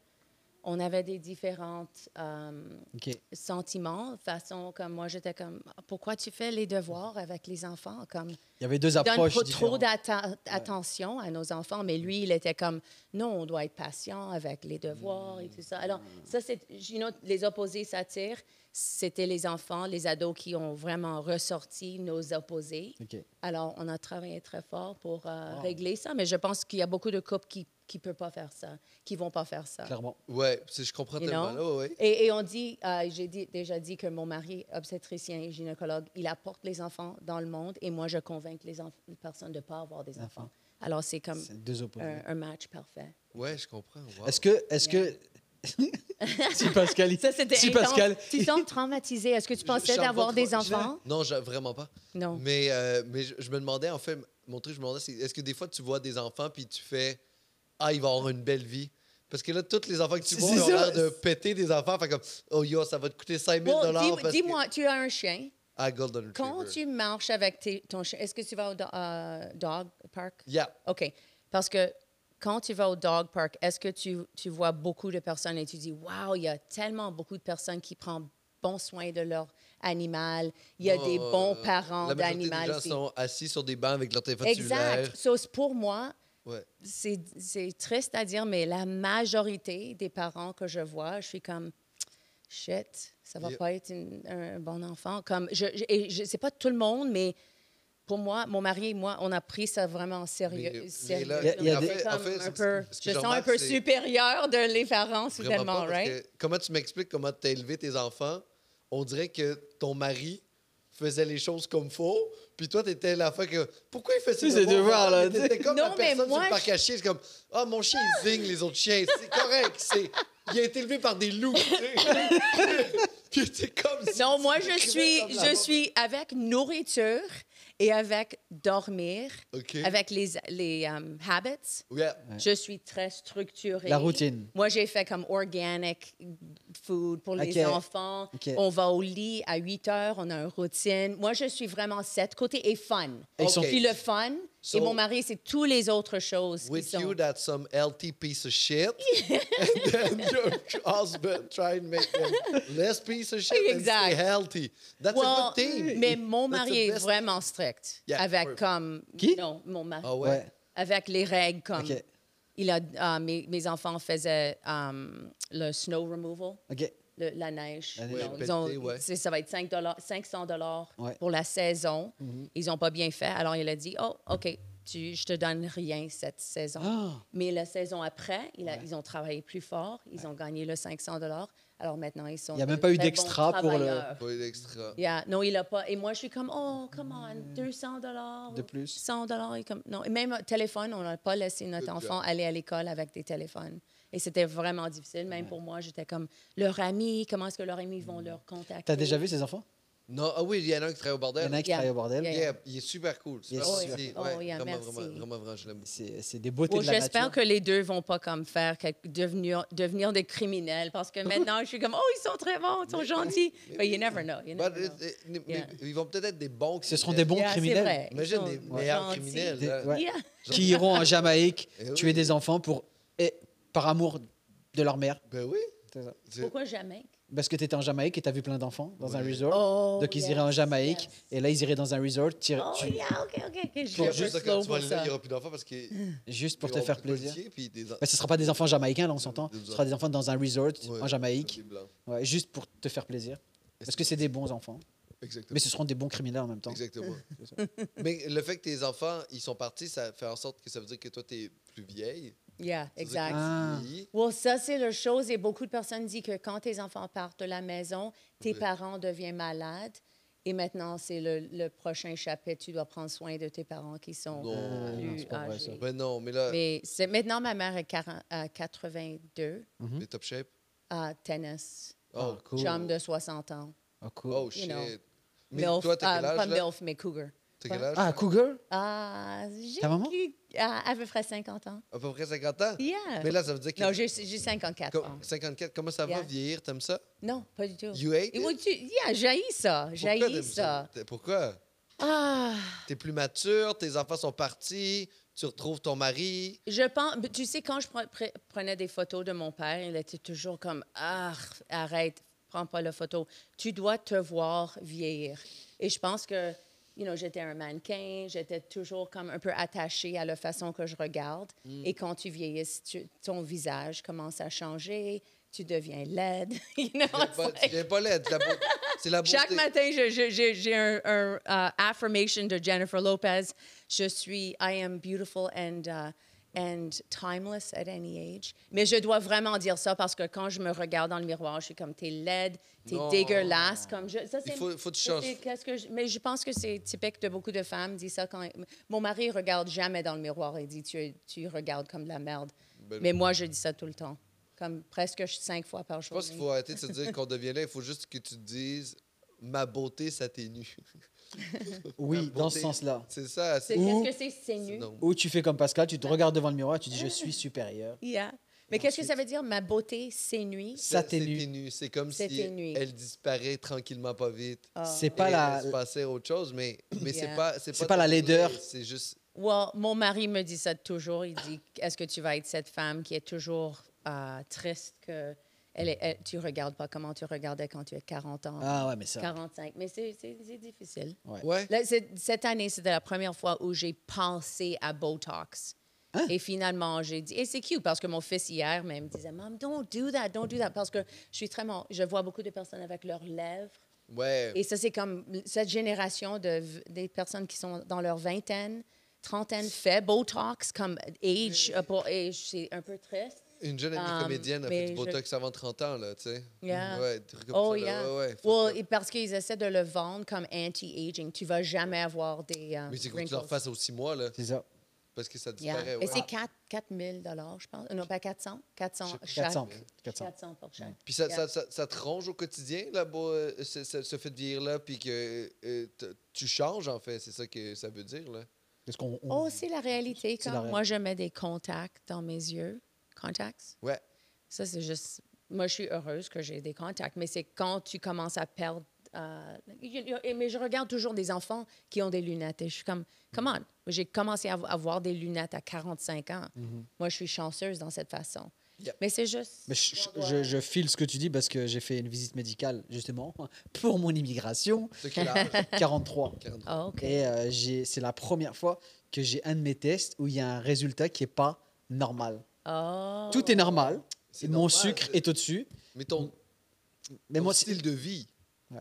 B: on avait des différents euh,
D: Ok.
B: sentiments. Façon, comme moi, j'étais comme, pourquoi tu fais les devoirs avec les enfants? Comme,
D: Il y avait deux
B: donne
D: approches.
B: pas trop
D: différentes.
B: d'atta- attention à nos enfants, mais lui, il était comme, non, on doit être patient avec les devoirs et tout ça. Alors, ça, c'est, you know, les opposés s'attirent. C'était les enfants, les ados qui ont vraiment ressorti nos opposés.
D: Ok.
B: Alors, on a travaillé très fort pour euh, régler ça, mais je pense qu'il y a beaucoup de couples qui ne peuvent pas faire ça, qui vont pas faire ça.
D: Clairement.
A: Ouais, c'est- je comprends
B: You
A: tellement.
B: know?
A: Là, ouais, ouais.
B: Et, et on dit, euh, j'ai dit- déjà dit que mon mari, obstétricien et gynécologue, il apporte les enfants dans le monde et moi, je convainc les enf- les personnes de ne pas avoir des enfants. Alors, c'est comme Euh,
D: C'est deux opposés.
B: un, un match parfait.
A: Ouais, je comprends. wow.
D: Est-ce que, est-ce que si Pascal,
B: Ça, c'était
D: si
B: intense.
D: Pascal,
B: Tu sembles traumatisé. Est-ce que tu pensais
A: semble pas
B: d'avoir
A: trop-
B: des
A: je-
B: enfants?
A: Non, je- vraiment pas.
B: Non.
A: Mais, euh, mais je, je me demandais, en fait, mon truc, je me demandais, c'est, est-ce que des fois tu vois des enfants puis tu fais Ah, il va avoir une belle vie? Parce que là, tous les enfants que tu
D: C'est-
A: vois
D: c'est
A: ils ont
D: ça.
A: l'air de péter des enfants. Fait comme, oh yo, ça va te coûter 5000
B: Bon,
A: dollars.
B: dis- dis-moi, tu as un chien.
A: À Golden Retriever.
B: Quand tu marches avec tes- ton chien, est-ce que tu vas au do- euh, dog park?
A: Yeah.
B: OK. Parce que quand tu vas au dog park, est-ce que tu, tu vois beaucoup de personnes et tu dis, wow, il y a tellement beaucoup de personnes qui prennent bon soin de leur animal. Il y a
A: Non,
B: des
A: euh,
B: bons parents
A: La majorité des
B: d'animal.
A: gens
B: ici.
A: sont assis sur des bancs avec leur téléphone
B: Exact.
A: cellulaire.
B: So, c'est pour moi,
A: Ouais.
B: c'est c'est triste à dire, mais la majorité des parents que je vois, je suis comme shit, ça va
A: Yeah.
B: pas être une- un bon enfant. Comme je, je, et je- c'est pas tout le monde, mais pour moi, mon mari et moi, on a pris ça vraiment
A: Mais-
B: sérieux.
A: mais
B: sérieux.
A: là,
D: Il y a- il y a
B: Comme
A: des- en fait,
B: un
A: en fait,
B: peu-
A: ce que
B: je
A: je
B: sens un
A: remarque,
B: peu
A: c'est-
B: supérieur de les parents
A: Vraiment
B: soudainement,
A: pas, parce
B: right?
A: que comment tu m'expliques comment tu as élevé tes enfants? On dirait que ton mari faisait les choses comme faux, puis toi, t'étais la fois que. Pourquoi il fait ses
D: Oui, c'est devoir, là, tu
A: T'étais
D: sais.
A: comme
B: Non,
A: la
B: mais
A: personne sur
B: moi,
A: le parc à chiens, c'est comme Ah, mon chien, il zigne les autres chiens. C'est correct, c'est. Il a été élevé par des loups, tu sais. Puis t'es comme si
B: Non,
A: tu
B: moi,
A: l'écrivais
B: je suis,
A: comme la
B: je suis avec nourriture et avec dormir,
A: OK.
B: avec les, les um, habits.
A: Yeah.
B: Je suis très structurée.
D: La routine.
B: Moi, j'ai fait comme organic food pour les
D: Ok.
B: enfants.
D: Ok.
B: On va au lit à 8 heures, on a une routine. Moi, je suis vraiment cette côté et fun.
D: Et ils sont-
A: OK.
B: Puis le fun,
A: So-
B: et mon mari, c'est tous les autres choses qui
A: With
B: sont...
A: you, that's some LT piece of shit. and then your husband try and make them less piece of shit and stay
B: Exact.
A: healthy. That's
B: Well,
A: a good thing.
B: mais mon
A: That's the
B: mari est
A: best-
B: vraiment strict
A: Yeah,
B: avec
A: perfect.
B: comme
D: Qui?
B: non mon mari
A: Ah ouais.
D: ouais.
B: avec les règles comme
D: Ok.
B: il a euh, mes, mes enfants faisaient euh, le snow removal
D: Ok.
B: le- la neige.
D: La neige.
B: Non,
A: Ouais,
B: ils ont-
A: pelleté, ouais.
B: c'est- Ça va être 5 500 dollars
D: Ouais. Mm-hmm.
B: pour la saison. Ils n'ont pas bien fait. Alors, il a dit, oh, OK, tu, je te donne rien cette saison.
D: Ah.
B: Mais la saison après, il a- ils ont travaillé plus fort. Ils ont gagné le 500 dollars. Alors maintenant, ils sont
D: Il y a
B: des
D: même pas eu
B: très bons
D: d'extra pour le-
B: travailleurs.
A: Pas d'extra.
B: Yeah. Non, il n'a pas. Et moi, je suis comme, oh, come on, 200 dollars.
D: De plus.
B: 100 dollars. Comme... Non, et même euh, téléphone, on n'a pas laissé notre
A: Good
B: enfant aller à l'école avec des téléphones. Et c'était vraiment difficile. Même pour moi, j'étais comme, leur ami, comment est-ce que leurs amis vont leur contacter?
D: Mm. T'as déjà vu ces enfants
A: Non, ah oui, il y en a un qui travaille au
D: Il y
A: bordel.
D: en a un qui
B: Yeah.
D: travaille au bordel.
B: Yeah.
A: Yeah, il est super cool.
D: Il est
A: Super
D: super
A: gentil.
B: cool. Oh, yeah,
A: vraiment,
B: merci.
A: Vraiment, vraiment, vraiment, je l'aime beaucoup.
D: C'est c'est des beautés
B: Bon,
D: de la
B: J'espère
D: nature.
B: que les deux vont pas comme faire quelque- devenir, devenir des criminels parce que maintenant, je suis comme, oh, ils sont très bons, ils sont gentils. Mais you never know. you
A: But
B: never know.
A: it- it- mais-
B: Yeah.
A: mais Ils vont peut-être être des bons.
D: Ce seront
A: criminels.
D: des bons
B: Yeah, c'est
D: criminels.
B: vrai. Ils
A: Imagine
B: sont
A: des meilleurs
B: gentils.
A: criminels. hein.
D: Des-
A: là.
D: ouais.
B: Yeah.
D: qui iront en Jamaïque
A: Eh oui.
D: tuer des enfants pour et, par amour de leur mère.
A: Ben oui. C'est-
B: Pourquoi jamais?
D: Parce que tu étais en Jamaïque et tu as vu plein d'enfants dans un
A: Ouais.
D: resort.
B: Oh,
D: Donc ils
B: yes,
D: iraient en Jamaïque
B: yes.
D: et là ils iraient dans un resort tirer-
B: Oh,
D: tu-
B: yeah, OK, OK, OK. Je
A: Puis
B: vais
A: après
B: juste
A: ça, quand
B: slow
A: tu vas
B: pour
A: aller là, il
B: ça.
A: n'y aura plus d'enfants parce qu'ils.
D: juste pour
A: ils
D: te
A: auront
D: faire
A: plus de
D: plaisir.
A: policiers, Puis des.
D: Bah, ce ne sera pas des enfants jamaïcains, là on s'entend. Ce sera des enfants dans un resort
A: Ouais,
D: en Jamaïque,
A: des blancs.
D: Ouais, juste pour te faire plaisir. Parce que c'est des bons enfants,
A: Exactement.
D: mais ce seront des bons criminels en même temps.
A: Exactement.
D: C'est ça.
A: Mais le fait que tes enfants, ils sont partis, ça fait en sorte que ça veut dire que toi, tu es plus vieille. Ça
B: Yeah,
A: veut dire
B: exact.
A: que tu
D: Ah.
A: vieillis.
B: Well, ça, c'est la chose. Et beaucoup de personnes disent que quand tes enfants partent de la maison, tes
A: Oui.
B: parents deviennent malades. Et maintenant, c'est le, le prochain chapitre. Tu dois prendre soin de tes parents qui sont euh,
A: Non,
D: Ah,
B: plus
D: non, c'est pas vrai, ça.
B: âgés.
A: Ben non, mais là,
B: Mais c'est, maintenant, ma mère est 40 à 82
A: t'es top shape.
B: à tennis.
A: Oh,
D: Mhm. Ah, cool.
B: Chum de 60 ans.
D: Oh, cool.
A: Oh, shit.
B: know.
A: Mais
B: Milf,
A: toi, t'as
B: euh,
A: quel âge?
B: pas
A: là?
B: MILF, mais Cougar.
A: T'as quel
B: pas-
A: âge?
D: Ah, Cougar
B: Ah, j'ai
D: Ta maman?
B: qui- ah, à peu près 50 ans.
A: À peu près 50 ans?
B: Yeah.
A: Mais là, ça veut dire que.
B: non, j'ai, j'ai 54
A: Com-
B: ans.
A: 54, comment ça va
B: Yeah.
A: vieillir? T'aimes ça?
B: Non, pas du tout.
A: You hate
B: Et
A: it?
B: oui, tu- yeah, j'haïs ça.
A: Pourquoi
B: J'haïs
A: t'aimes
B: ça.
A: T'es- Pourquoi?
B: Ah,
A: T'es plus mature, tes enfants sont partis, tu retrouves ton mari.
B: je pense. mais Tu sais, quand je pre- pre- prenais des photos de mon père, il était toujours comme Ah, arrête, prends pas la photo. Tu dois te voir vieillir. Et je pense que, you know, j'étais un mannequin, j'étais toujours comme un peu attachée à la façon que je regarde.
A: Mm.
B: Et quand tu vieillis, tu- ton visage commence à changer, tu deviens laide. you know,
A: Tu
B: it's
A: pas,
B: like-
A: tu viens pas laide. c'est la beau- C'est la beauté.
B: Chaque matin, je- je- je- j'ai un, un, euh, affirmation de Jennifer Lopez. Je suis I am beautiful and uh, and timeless at any age. Mais je dois vraiment dire ça parce que quand je me regarde dans le miroir, je suis comme t'es laide, t'es
A: Non.
B: dégueulasse, comme je. Ça,
A: Il
B: c'est-
A: faut- faut que tu
B: ça,
A: changes.
B: c'est qu'est-ce que je- mais je pense que c'est typique de beaucoup de femmes disent ça quand mon mari regarde jamais dans le miroir et dit tu tu regardes comme de la merde.
A: Ben,
B: mais moi, je dis ça tout le temps. comme presque cinq fois par
A: Je
B: jour.
A: pense qu'il faut arrêter de se dire qu'on devient là. Il faut juste que tu te dises ma beauté s'atténue. La
D: Oui,
A: beauté.
D: dans ce sens-là.
A: C'est ça.
B: C'est-
A: C'est
D: Ou-
B: Qu'est-ce que c'est saigné?
A: non.
D: Ou tu fais comme Pascal, tu te regardes devant le miroir et tu dis je suis supérieur.
B: Yeah. Mais qu'est-ce que ça veut dire, ma beauté s'ennuie?
A: C'est-
D: S'atténue.
A: C'est ténu. C'est comme si
B: S'atténue.
A: elle disparaît tranquillement, pas vite.
B: Ah.
D: C'est
A: Et
D: pas la.
A: Il se passait autre chose, mais, mais
B: Yeah.
A: c'est pas.
D: C'est pas la laideur.
A: C'est juste.
B: Well, mon mari me dit ça toujours. Il dit Est-ce que tu vas être cette femme qui est toujours euh, triste que elle est, elle- tu regardes pas comment tu regardais quand tu as 40 ans,
D: Ah ouais, mais ça.
B: 45. Mais c'est c'est- c'est difficile.
A: Ouais.
B: Là, c'est- cette année, c'était la première fois où j'ai pensé à Botox. Et finalement, j'ai dit, et c'est cute parce que mon fils hier même disait, Mom, don't do that, don't do that. Parce que je suis très, mon- je vois beaucoup de personnes avec leurs lèvres.
A: Ouais.
B: Et ça, c'est comme cette génération de, v- des personnes qui sont dans leur vingtaine, trentaine, fait Botox comme age, euh, pour age, c'est un peu triste.
A: Une jeune amie
B: Um,
A: comédienne a fait
B: mais
A: du
B: je-
A: Botox avant 30 ans, là, tu sais.
B: Yeah.
A: Ouais, des trucs comme
B: Oh,
A: ça, là.
B: yeah.
A: Ouais, ouais. Faut
B: Well,
A: que-
B: et parce qu'ils essaient de le vendre comme anti-aging. Tu vas jamais avoir des. euh,
A: Mais c'est que tu
B: wrinkles.
A: leur fasses aux 6 mois, là,
D: C'est ça.
A: parce que ça
B: Yeah.
A: disparaît.
B: Et
A: ouais.
B: c'est 4, 000 je pense. Non, pas 400. 400 chaque.
D: 400. 400.
B: 400 pour chaque.
A: Puis ça,
B: Yeah.
A: ça, ça, ça te ronge au quotidien, là, beau, euh, ce, ce- ce fait de vieillir-là, puis que euh, t- tu changes, en fait. C'est ça que ça veut dire, là.
D: Parce qu'on. on-
B: Oh, c'est la réalité.
D: C'est
B: Comme
D: la
B: moi, je mets des contacts dans mes yeux. Contacts?
A: Ouais.
B: Ça, c'est juste. Moi, je suis heureuse que j'ai des contacts, mais c'est quand tu commences à perdre. euh, il y a- et- mais je regarde toujours des enfants qui ont des lunettes et je suis comme,
D: Mm-hmm.
B: come on, j'ai commencé à avo- avoir des lunettes à 45 ans. Moi, je suis chanceuse dans cette façon.
A: Yep.
B: Mais c'est juste.
D: Mm-hmm. Mais je, je- je- je file ce que tu dis parce que j'ai fait une visite médicale justement pour mon immigration.
A: C'est quel âge?
D: 43.
B: Ah, OK.
D: Et euh, j'ai- c'est la première fois que j'ai un de mes tests où il y a un résultat qui est pas normal.
B: Oh.
D: Tout est normal.
A: C'est
D: Mon
A: normal,
D: sucre
A: c'est-
D: est au-dessus.
A: Mais ton,
D: Mais
A: ton
D: moi, c'est-
A: style de vie.
D: Ouais.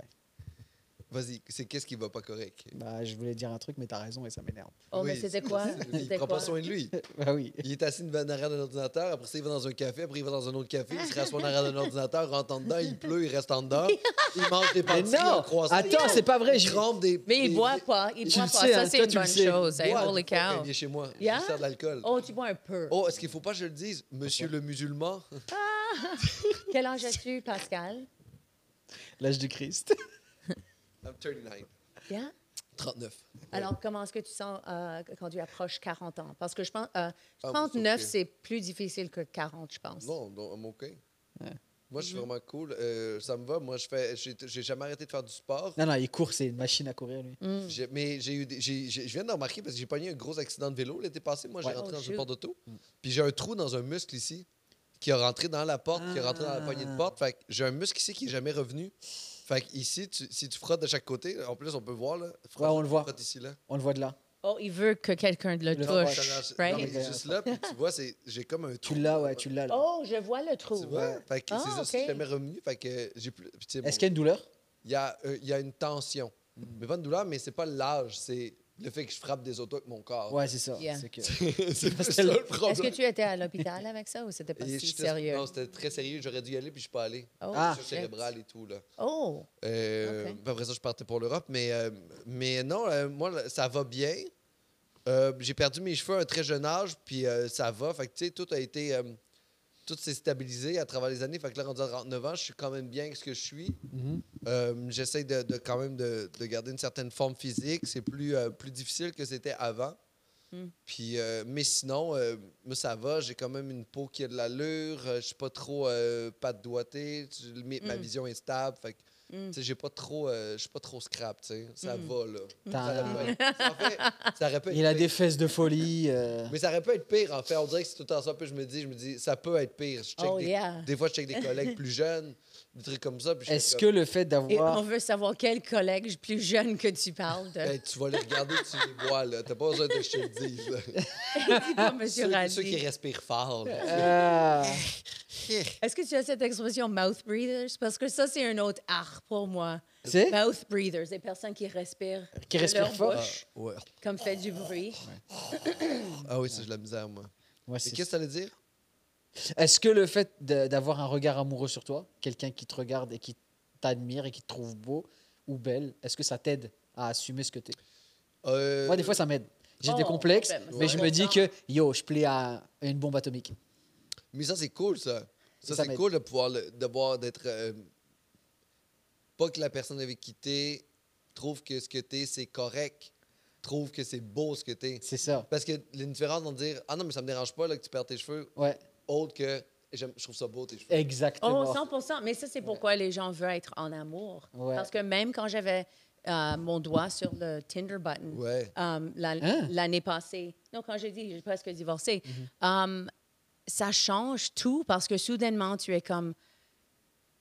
A: Vas-y, c'est qu'est-ce qui va pas correct?
D: Bah, je voulais dire un truc, mais t'as raison et ça m'énerve.
B: Oh, mais
A: Oui,
B: c'était quoi?
A: Il
B: C'était
A: prend
B: quoi?
A: pas soin de lui.
D: bah oui.
A: Il est assis devant- en arrière d'un ordinateur, après ça, il va dans un café, après il va dans un autre café, il se rassoit en arrière d'un ordinateur, rentre en dedans, il pleut, il reste en dedans, il mange des
D: Mais
A: pâtisseries, un
D: non
A: croissant.
D: Attends, c'est pas vrai.
A: il
D: Je...
A: trempe des...
B: Mais il
A: des-
B: boit pas. Il
D: Je
B: boit
D: le
B: pas.
D: sais,
B: ça,
D: hein,
B: c'est
D: toi,
B: une
D: tu le
B: bonne
D: sais.
B: chose. Hey,
A: Bois,
B: holy
A: il faut
B: cow.
A: qu'il vienne chez moi.
B: Yeah?
A: Je lui sers de l'alcool. Oh,
B: Oh, tu bois un peu.
A: est-ce qu'il faut pas que je le dise? Monsieur le musulman?
B: Quel âge as-tu, Pascal?
D: L'âge du Christ.
A: I'm 39.
B: Bien.
A: 39.
B: Alors, comment est-ce que tu sens euh, quand tu approches 40 ans? Parce que je pense, euh,
A: Ah, c'est
B: 39,
A: ok.
B: c'est plus difficile que 40, je pense.
A: Non, non, I'm OK. Moi, je suis vraiment cool. Euh, ça me va. Moi, je fais... J'ai j'ai jamais arrêté de faire du sport.
D: Non, non, il court, c'est une machine à courir, lui.
A: J'ai- Mais j'ai eu des- j'ai- j'ai- je viens de remarquer parce que j'ai pogné un gros accident de vélo l'été passé. Moi, j'ai
D: Ouais.
A: rentré
B: Oh,
A: dans
B: shoot.
A: une porte d'auto. Puis j'ai un trou dans un muscle ici qui a rentré dans la porte, qui a rentré dans la poignée de porte. Fait que j'ai un muscle ici qui n'est jamais revenu. Fait que ici, tu- si tu frottes de chaque côté, en plus, on peut voir là. Frotte-
D: on le voit.
A: Frotte ici là.
D: On le voit de là.
B: Oh, il veut que quelqu'un le
D: Le
B: touche.
A: Non, mais
B: right?
A: c'est juste là, puis tu vois, c'est- j'ai comme un
D: Tu
A: trou. euh,
D: l'as, ouais, tu l'as. là.
B: Oh, je vois le trou.
A: Tu vois? Fait que
B: Ah,
A: c'est ça,
B: ok.
A: c'est jamais revenu. Fait que j'ai plus. puis tu sais,
D: Est-ce
A: bon,
D: qu'il y a une douleur
A: il y a, euh, il y a une tension. Mais pas une douleur, mais c'est pas l'âge, c'est le fait que je frappe des autos avec mon corps.
D: Ouais, c'est ça.
B: Yeah.
D: C'est que-
A: c'est plus
D: Parce
A: ça
D: que-
A: le problème.
B: Est-ce que tu étais à l'hôpital avec ça ou c'était pas
A: Et
B: si
A: j'étais-
B: sérieux?
A: Non, c'était très sérieux. J'aurais dû y aller, puis je suis pas allé.
B: Oh,
D: Ah.
A: Sur
B: shit.
A: cérébral et tout, là.
B: Oh,
A: Euh,
B: Ok.
A: puis Après ça, je partais pour l'Europe. Mais, euh, mais non, euh, moi, là, ça va bien. Euh, j'ai perdu mes cheveux à un très jeune âge, puis euh, ça va. Fait que, tu sais, tout a été... euh, tout s'est stabilisé à travers les années. Fait que là, rendu à 39 ans, je suis quand même bien avec ce que je suis. Euh, J'essaie de, de quand même de, de garder une certaine forme physique. C'est plus, euh, plus difficile que c'était avant. Puis, euh, mais sinon, euh, moi, ça va. J'ai quand même une peau qui a de l'allure. Euh, Je suis pas trop euh, pas de doigté. Tu- mes- Ma vision est stable. Fait que, tu sais, j'ai pas trop, euh, je suis pas trop scrap, tu sais. Ça va, là. Ça
D: T'as-
A: aurait pu être- ça aurait pu être- ça aurait pu être
D: Ah. Il a
A: pire.
D: des fesses de folie. euh.
A: Mais ça aurait pu être pire, en fait. On dirait que c'est tout le temps ça que je me dis. Je me dis, ça peut être pire. Je check
B: Oh,
A: des,
B: yeah.
A: des fois, je check des collègues plus jeunes, des trucs comme ça. puis je fais
D: Est-ce que
A: comme,
D: le fait
B: et on
D: d'avoir.
B: veut savoir quel collègue plus jeune que tu parles de.
A: Hey, tu vas les regarder, tu les vois, là. T'as pas besoin de que je te le dise, là.
B: Dis pas, monsieur
A: Ceux,
B: Randy.
A: ceux qui respirent fort, là.
D: Ah.
B: Est-ce que tu as cette expression mouth breathers? Parce que ça, c'est un autre art pour moi.
A: Eh?
D: C'est
B: Mouth breathers, des personnes qui respirent.
D: Qui
B: de
D: respire
B: leur
D: fort.
A: Ah,
B: bouche,
A: ouais.
B: Comme fait du bruit.
A: Ah oui, ça, j'ai de la misère, moi.
D: Moi,
A: Et
D: c'est-
A: qu'est-ce que t'allais dire?
D: Est-ce que le fait de- d'avoir un regard amoureux sur toi, quelqu'un qui te regarde et qui t'admire et qui te trouve beau ou belle, est-ce que ça t'aide à assumer ce que t'es
A: Euh,
D: Moi, des fois, ça m'aide. J'ai des
B: Oh,
D: complexes,
B: ben,
D: mais
B: c'est
D: je me dis
B: important.
D: que yo, je plais à une bombe atomique.
A: Mais ça, c'est cool, ça. Ça,
D: ça
A: c'est
D: m'aide.
A: cool de pouvoir, le- de voir d'être. euh, pas que la personne avec qui t'es trouve que ce que t'es, c'est correct, trouve que c'est beau ce que t'es.
D: C'est ça.
A: Parce que les différences vont dire Ah non, mais ça me dérange pas là, que tu perds tes cheveux,
D: Ouais,
A: autre que j'aime- je trouve ça beau tes cheveux.
D: exactement.
B: Oh, 100 Mais ça, c'est pourquoi les gens veulent être en amour.
D: Ouais.
B: Parce que même quand j'avais euh, mon doigt sur le Tinder button
A: Ouais.
B: euh, la-
D: Hein?
B: l'année passée, non, quand j'ai dit, j'ai presque divorcé,
D: Mm-hmm.
B: euh, ça change tout parce que soudainement, tu es comme,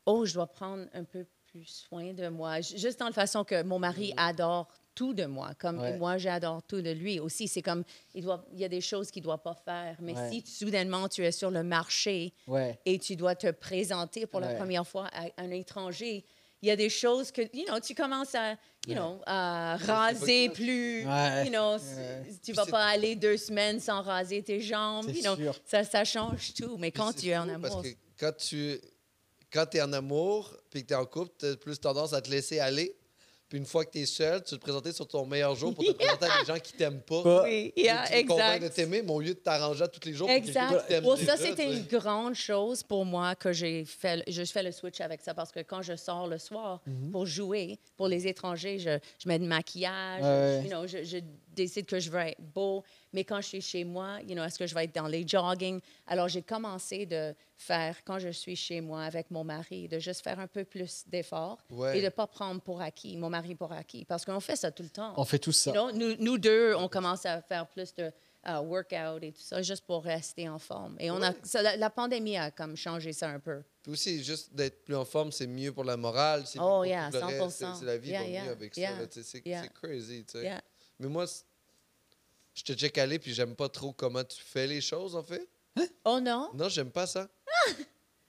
B: oh, je dois prendre un peu plus soin de moi. J- Juste dans la façon que mon mari adore tout de moi, comme
D: Mm-hmm. Ouais.
B: moi, j'adore tout de lui aussi. C'est comme, il, doit, il y a des choses qu'il ne doit pas faire. Mais
D: Ouais.
B: si soudainement, tu es sur le marché,
D: Ouais.
B: et tu dois te présenter pour la
D: Ouais.
B: première fois à un étranger, il y a des choses que, you know, tu commences à, you know, à raser plus,
D: Ouais.
B: you know,
D: Ouais.
B: c- tu vas
A: c'est-
B: pas aller deux semaines sans raser tes jambes,
D: C'est
B: you know,
D: sûr.
B: ça, ça change tout. Mais quand
A: C'est
B: tu es en
A: fou,
B: amour,
A: Parce que quand tu quand es en amour puis que tu es en couple, tu as plus tendance à te laisser aller. Puis une fois que tu es seul, tu te présenter sur ton meilleur jour pour te présenter à des gens qui t'aiment pas.
D: Pas-
B: oui,
A: Et
B: yeah,
A: tu les convaincs de
B: exact.
A: t'aimer, mais au lieu de t'arranger à tous les jours pour quelqu'un qui
B: Exact.
A: t'aime
B: Bon, ça,
A: déjà,
B: c'était
A: tu sais.
B: une grande chose pour moi que j'ai fait. le- Je fais le switch avec ça parce que quand je sors le soir
A: Mhm.
B: pour jouer, pour les étrangers, je, je mets du maquillage,
D: Ouais.
B: je, you know, je, je décide que je vais être beau. Mais quand je suis chez moi, you know, est-ce que je vais être dans les jogging? Alors, j'ai commencé de faire, quand je suis chez moi avec mon mari, de juste faire un peu plus d'efforts
A: Ouais.
B: et de ne pas prendre pour acquis, mon mari pour acquis, parce qu'on fait ça tout le temps.
D: On fait tout ça.
B: Non, nous, nous deux, on commence à faire plus de euh, workout et tout ça, juste pour rester en forme. Et on a, ça, la, la pandémie a comme changé ça un peu.
A: Puis aussi, juste d'être plus en forme, c'est mieux pour la morale. c'est mieux
B: Oh,
A: pour
B: yeah,
A: tout le reste,
B: 100%.
A: C'est la vie
B: Yeah,
A: va
B: yeah,
A: mieux avec
B: yeah,
A: ça. là, tu sais, C'est
B: yeah.
A: c'est crazy. tu sais.
B: Yeah.
A: Mais moi, c'est- je te check aller, puis j'aime pas trop comment tu fais les choses, en fait.
B: Oh non?
A: Non, j'aime pas ça.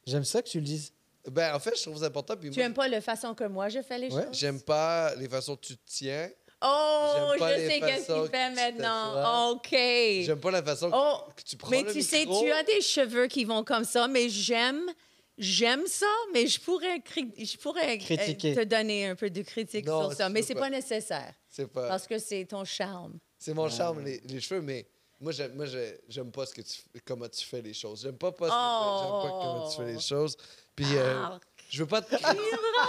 D: J'aime ça que tu le dises.
A: Ben, en fait, je trouve ça important. Puis
B: Tu
A: moi,
B: aimes pas la façon que moi je fais les
D: Ouais.
B: choses?
A: J'aime pas les façons que tu te tiens.
B: Oh,
A: J'aime
B: je
A: pas les
B: sais qu'est-ce
A: façons
B: qu'il fait
A: que tu
B: maintenant.
A: t'assois.
B: OK.
A: J'aime pas la façon que-
B: Oh,
A: que tu prends
B: mais
A: le
B: tu sais,
A: micro.
B: tu as des cheveux qui vont comme ça, mais j'aime. J'aime ça, mais je pourrais, cri- je pourrais euh,
D: Critiquer.
B: te donner un peu de critique
A: Non,
B: sur ça,
A: tu
B: mais
A: peux
B: c'est
A: pas.
B: pas nécessaire
A: C'est pas...
B: parce que c'est ton charme.
A: C'est
D: Ah.
A: mon charme, les, les cheveux, mais moi, j'aime, moi, je- j'aime pas ce que tu, f- comment tu fais les choses. J'aime pas, pas, ce que- j'aime pas comment tu fais les choses. Puis, euh,
B: Oh. Arc.
A: je veux pas te...
B: Il me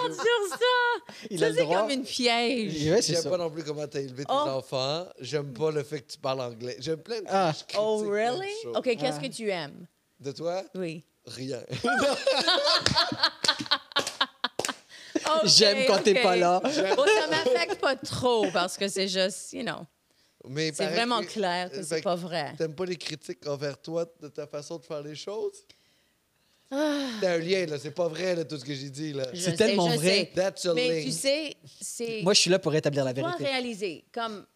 B: rend sur ça!
D: Il
B: ça,
D: a le
B: c'est
D: droit.
B: comme une piège.
D: Ouais, c'est
A: J'aime
D: ça.
A: pas non plus comment t'as élevé tes
B: Oh.
A: enfants. J'aime pas le fait que tu parles anglais. J'aime plein de
D: Ah.
A: choses. Je
B: Oh,
A: critique plein de
B: really?
A: choses.
B: OK, qu'est-ce que tu aimes?
A: De toi,
B: Oui.
A: rien.
B: OK,
D: J'aime quand t'es
B: OK.
D: pas là.
B: Bon, ça m'affecte pas trop parce que c'est juste, you know,
A: Mais il
B: c'est
A: paraît
B: vraiment clair que
A: Fait
B: c'est pas vrai.
A: T'aimes pas les critiques envers toi de ta façon de faire les choses? T'as un lien, là. C'est pas vrai, là, tout ce que j'ai dit, là.
B: Ah. Je
D: C'est
B: sais,
D: tellement
B: je
D: vrai.
B: sais.
A: That's a
B: Mais
A: link.
B: tu sais, c'est.
D: Moi, je suis là pour rétablir la
B: je dois
D: vérité.
B: réaliser, comme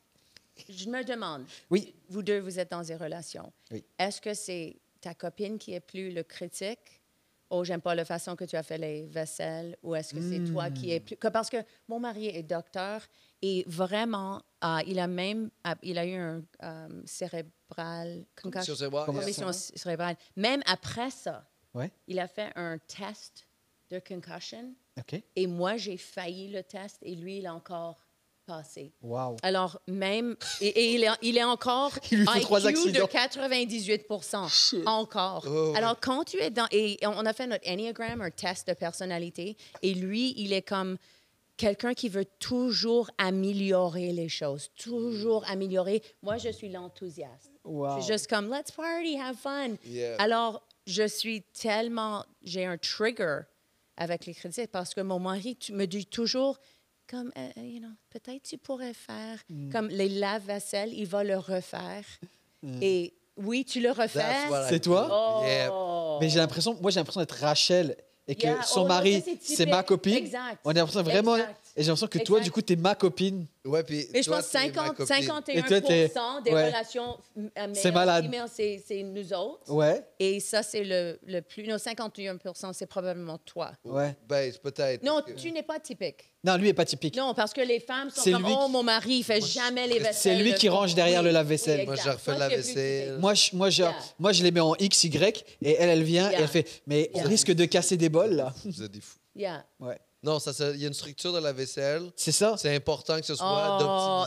B: je me demande,
D: Oui,
B: vous deux, vous êtes dans des relations.
D: Oui.
B: Est-ce que c'est ta copine qui est plus le critique? Oh, j'aime pas la façon que tu as fait les vaisselles. Ou est-ce que c'est toi qui est plus... que- Parce que mon mari est docteur et vraiment, euh, il a même... euh, il a eu un euh, cérébral...
A: Sur
B: concussion-
A: ce bras,
D: Comment-
A: yeah.
B: Commotion c- cérébrale. Même après ça,
D: Ouais.
B: il a fait un test de concussion
D: ok.
B: et moi, j'ai failli le test et lui, il a encore passé.
D: Waouh.
B: Alors, même. Et, et il, est, il est encore.
D: Il lui faut trois
B: IQ
D: accidents.
B: de 98 Encore.
A: Oh, ouais.
B: Alors, quand tu es dans. Et on on a fait notre Enneagram, un test de personnalité. Et lui, il est comme quelqu'un qui veut toujours améliorer les choses, toujours améliorer. Moi, je suis l'enthousiaste.
D: Wow.
B: Je suis juste comme, let's party, have fun.
A: Yeah.
B: Alors, je suis tellement. J'ai un trigger avec les critiques parce que mon mari tu, me dit toujours, comme, euh, euh, you know, peut-être tu pourrais faire.
A: Mm.
B: Comme les lave-vaisselle, il va le refaire. Et oui, tu le refais.
A: Mm. That's what I
D: C'est toi?
A: do. Yeah.
B: Oh.
D: Mais j'ai l'impression, moi j'ai l'impression d'être Rachel et que
B: Yeah,
D: son
B: oh non,
D: mari,
B: ça, c'est
D: c'est ma
B: typique.
D: copine.
B: Exact.
D: On a l'impression vraiment.
B: Exact.
D: Et j'ai l'impression que toi,
B: Exact.
D: du coup, t'es ma copine.
A: Ouais, puis
B: Mais je
A: toi,
B: pense
A: t'es ma
B: 50,
A: copine.
B: 51
D: Et toi, t'es-
B: des
D: ouais.
B: relations euh, male-
D: malade.
B: female, c'est c'est nous autres.
D: Ouais.
B: Et ça, c'est le, le plus. Non, 51 c'est probablement toi.
D: Ouais.
A: Ben, c'est peut-être.
B: Non,
A: parce que-
B: tu n'es pas typique.
D: Non, lui est pas typique.
B: Non, parce que les femmes sont
D: C'est
B: comme
D: lui
B: Oh,
D: qui-
B: mon mari, il fait jamais les vaisselles.
D: C'est lui
B: le
D: qui
B: con.
D: range derrière le lave-vaisselle.
B: exact.
A: Moi, je refais
B: Toi,
A: la
B: tu es plus
A: vaisselle.
B: typique.
D: Moi je, moi, je,
B: Yeah.
D: moi, je les mets en X, Y, et elle, elle vient, et
B: Yeah.
D: elle fait, mais on
B: Yeah.
D: risque de casser des bols, là.
A: Ah, Vous êtes des fous.
B: Yeah.
D: Ouais.
A: Non, ça, se- il y a une structure de la vaisselle.
D: C'est ça
A: C'est important que ce soit
B: Oh,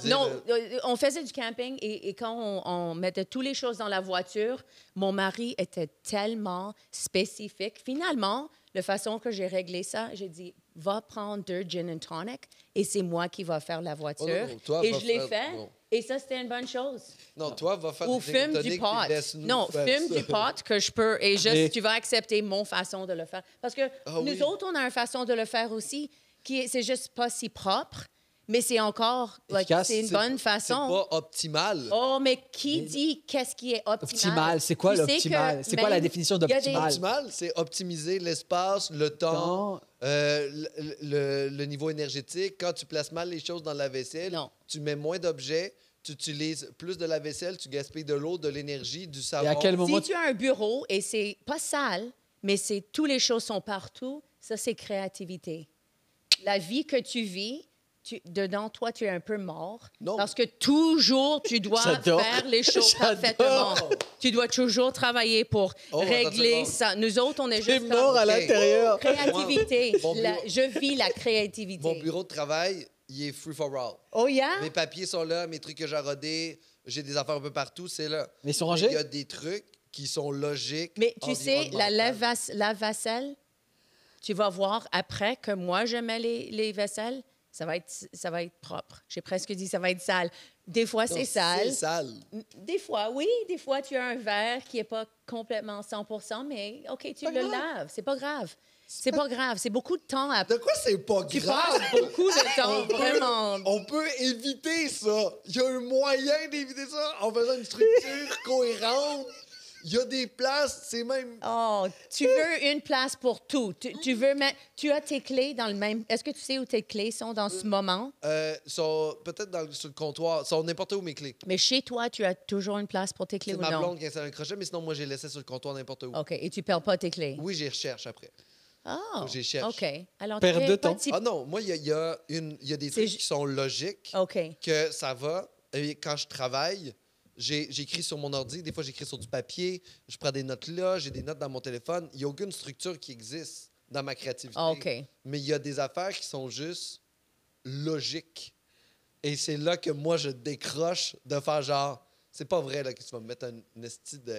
A: d'optimiser
B: non,
A: le-
B: euh, on faisait du camping et, et quand on, on mettait toutes les choses dans la voiture, mon mari était tellement spécifique. Finalement, la façon que j'ai réglé ça, j'ai dit va prendre deux gin and tonic et c'est moi qui va faire la voiture.
A: Oh, non, non, toi,
B: et
A: va
B: je l'ai
A: faire-
B: fait.
A: non.
B: Et ça, c'était une bonne chose.
A: Non, toi, va faire
B: Ou
A: des
B: fume
A: toniques,
B: du
A: puis
B: pot.
A: laisse-nous
B: Non,
A: faire
B: fume
A: ça.
B: du pot que je peux et juste
D: Mais-
B: tu vas accepter mon façon de le faire. Parce que
A: Ah
B: nous
A: oui.
B: autres, on a une façon de le faire aussi qui est, c'est juste pas si propre, mais c'est encore, like,
D: Efficace,
B: c'est une
A: C'est-
B: bonne
A: C'est
B: façon.
A: pas optimal.
B: Oh, mais qui dit qu'est-ce qui est optimal?
D: Optimal, c'est quoi
B: Tu sais
D: l'optimal?
B: que
D: C'est quoi la
B: même-
D: définition
B: il y a des-
D: d'optimal?
A: Optimal, c'est optimiser l'espace, le temps,
D: Temps.
A: euh, le, le- le niveau énergétique. Quand tu places mal les choses dans la vaisselle,
B: Non.
A: tu mets moins d'objets, tu utilises plus de la vaisselle, tu gaspilles de l'eau, de l'énergie, du savon.
D: Et à quel moment
B: Si tu as un bureau et c'est pas sale, mais c'est tous les choses sont partout, ça c'est créativité. La vie que tu vis, tu- dedans toi tu es un peu mort
A: Non.
B: parce que toujours tu dois
D: J'adore.
B: faire les choses
D: J'adore.
B: parfaitement. Tu dois toujours travailler pour
A: Oh, attends,
B: régler
A: c'est bon.
B: ça. Nous autres on est
D: tu es
B: juste
D: mort
B: comme-
D: à
A: Ok.
D: l'intérieur
B: créativité.
A: Mon bureau-
B: La- je vis la créativité.
A: Mon bureau de travail, il est free for all.
B: Oh yeah.
A: Mes papiers sont là, mes trucs que j'ai rodés, j'ai des affaires un peu partout, c'est là.
D: Mais ils sont
A: Il y
D: rangés
A: a des trucs qui sont logiques.
B: Mais tu sais, la
A: environnementales.
B: lave- lave-vaisselle, tu vas voir après que moi, je mets les, les vaisselles, ça va, être, ça va être propre. J'ai presque dit ça va être sale. Des fois,
A: Non,
B: c'est sale.
A: C'est sale.
B: M- Des fois, oui. Des fois, tu as un verre qui n'est pas complètement 100 mais OK, tu
A: pas
B: le
A: grave.
B: laves. C'est pas grave. C'est pas grave. C'est beaucoup de temps à...
A: De quoi c'est pas
B: Tu
A: grave?
B: passes beaucoup de temps, vraiment.
A: On peut éviter ça. Il y a un moyen d'éviter ça en faisant une structure cohérente. Il y a des places, c'est même.
B: Oh, tu veux une place pour tout. Tu, tu veux mettre... Tu as tes clés dans le même... Est-ce que tu sais où tes clés sont dans ce moment?
A: Euh, sont peut-être dans, sur le comptoir, sont n'importe où mes clés.
B: Mais chez toi, tu as toujours une place pour tes clés
A: C'est
B: ou
A: ma
B: non?
A: blonde qui installe un crochet, mais sinon, moi, j'ai laissé sur le comptoir n'importe où.
B: OK. Et tu perds pas tes clés?
A: Oui, j'y recherche après.
B: Oh.
A: J'y cherche.
B: OK. Alors,
D: Perte
B: tu
D: de
B: es pas
D: temps.
B: type-
A: Ah non, moi, il y a, il y a une- il y a des
B: C'est
A: trucs
B: ju-
A: qui sont logiques,
B: OK.
A: que ça va. Et quand je travaille, j'ai- j'écris sur mon ordi, des fois, j'écris sur du papier, je prends des notes là, j'ai des notes dans mon téléphone. Il n'y a aucune structure qui existe dans ma créativité.
B: Ah, OK.
A: Mais il y a des affaires qui sont juste logiques. Et c'est là que moi, je décroche de faire genre, c'est pas vrai là, que tu vas me mettre un une esti de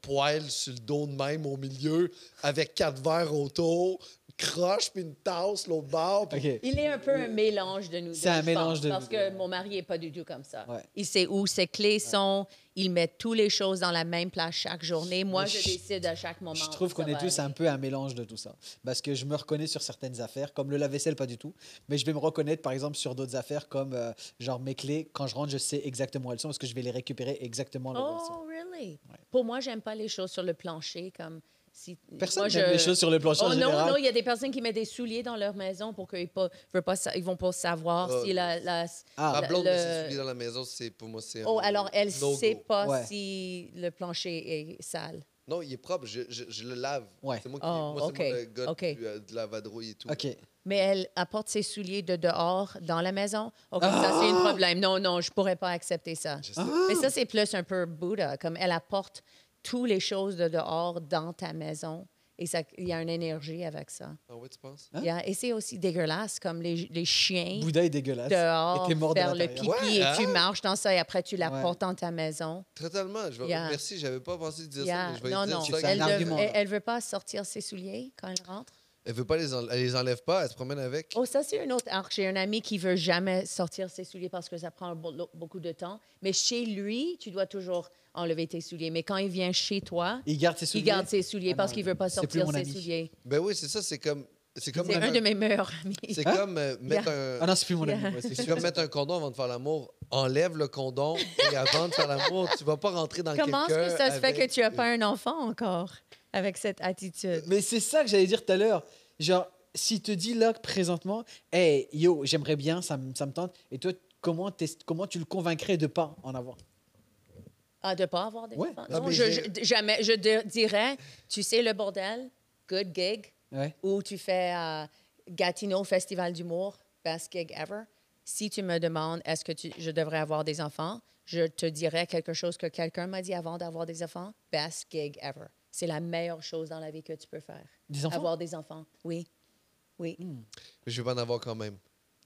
A: poêle sur le dos de même au milieu, avec quatre verres autour, une croche, puis une tasse, l'autre bord. puis-
D: Ok.
B: Il est un peu un mélange de nous deux.
D: C'est un
B: je
D: mélange
B: pense,
D: de
B: Parce
D: nous
B: que
D: deux.
B: mon mari n'est pas du tout comme ça.
D: Ouais.
B: Il sait où ses clés sont. Il met toutes les choses dans la même place chaque journée. Moi,
D: Mais
B: je
D: je-
B: décide à chaque moment.
D: Je
B: où
D: trouve
B: ça
D: qu'on est
B: va
D: tous
B: aller.
D: un peu un mélange de tout ça. Parce que je me reconnais sur certaines affaires, comme le lave-vaisselle, pas du tout. Mais je vais me reconnaître, par exemple, sur d'autres affaires, comme euh, genre mes clés. Quand je rentre, je sais exactement où elles sont parce que je vais les récupérer exactement là où elles sont.
B: Oh, really? Pour moi, j'aime pas les choses sur le plancher comme si.
D: Personne
B: Oh. moi,
D: n'aime
B: je-
D: les choses sur le plancher en
B: Oh non,
D: général.
B: non, il y a des personnes qui mettent des souliers dans leur maison pour qu'ils pas, veulent pas, sa- ils vont pas savoir
A: Oh,
B: si la, la-
D: Ah.
A: Ma
B: la-
A: blonde,
B: le-
A: me s'est souliée dans la maison, c'est pour moi, c'est. un
B: Oh, alors elle
A: no-go.
B: sait pas
D: Ouais.
B: si le plancher est sale.
A: Non, il est propre, je, je- je le lave.
D: Ouais.
A: C'est moi qui.
B: Oh,
A: moi, c'est
B: ok,
A: moi le gars
B: ok.
A: du, euh, de la vadrouille et tout.
D: Ok.
B: Mais elle apporte ses souliers de dehors dans la maison. OK, ça c'est un problème. Non, non, je pourrais pas accepter ça.
A: Je sais.
B: Mais ça c'est plus un peu Bouddha, comme elle apporte toutes les choses de dehors dans ta maison. Et ça, il y a une énergie avec ça.
A: Ah ouais, tu penses?
B: Il y a- et c'est aussi dégueulasse, comme les, les chiens.
D: Bouddha est dégueulasse.
B: dehors,
D: Ah, Et t'es mort de
B: faire le
D: l'intérieur.
B: pipi
A: Ouais,
B: et
A: hein?
B: tu marches dans ça et après tu la
D: Ouais.
B: portes dans ta maison.
A: Totalement. Je vais-
B: Yeah.
A: Merci, j'avais pas pensé dire ça,
B: Yeah.
A: mais je vais
B: Non,
A: lui dire
B: non,
A: ça.
B: elle
D: un
B: ne
D: argument,
B: elle-
D: là.
B: elle veut pas sortir ses souliers quand elle rentre.
A: Elle veut pas les, enle- elle les enlève pas, elle se promène avec.
B: Oh, ça, c'est un autre arc. J'ai un ami qui veut jamais sortir ses souliers parce que ça prend be- beaucoup de temps. Mais chez lui, tu dois toujours enlever tes souliers. Mais quand il vient chez toi,
D: Il garde ses souliers.
B: il garde ses souliers
D: Ah
B: parce
D: non,
B: qu'il veut pas
D: c'est plus
B: sortir
D: mon
B: ses
D: ami.
B: souliers.
A: Ben oui, c'est ça, c'est comme. C'est comme,
B: C'est un de mes meilleurs amis.
A: c'est
D: Hein?
A: comme euh, mettre
D: Ah
A: un.
D: non, c'est plus mon
B: Yeah.
D: ami. moi, c'est
A: C'est
D: sûr.
A: comme mettre un condom avant de faire l'amour. Enlève le condom et avant de faire l'amour, tu vas pas rentrer dans
B: Comment est-ce
A: quelqu'un.
B: que ça se fait
A: avec-
B: que tu n'as pas un enfant encore avec cette attitude?
D: Mais c'est ça que j'allais dire tout à l'heure. Genre, s'il te dit là présentement, hey yo, j'aimerais bien, ça, me- ça me tente. Et toi, comment, t'es- comment tu le convaincrais de pas en avoir
B: Ah, de ne pas avoir des
D: Ouais.
B: enfants?
A: Ah,
B: Non,
A: mais
B: je,
A: j'ai-
B: je- jamais. Je de- dirais, tu sais, le bordel, good gig,
D: Ouais.
B: ou tu fais euh, Gatineau Festival d'humour, best gig ever. Si tu me demandes est-ce que tu- je devrais avoir des enfants, je te dirais quelque chose que quelqu'un m'a dit avant d'avoir des enfants, best gig ever. C'est la meilleure chose dans la vie que tu peux faire.
D: Des enfants
B: Avoir des enfants, oui. Oui.
A: Mais je vais pas en avoir quand même.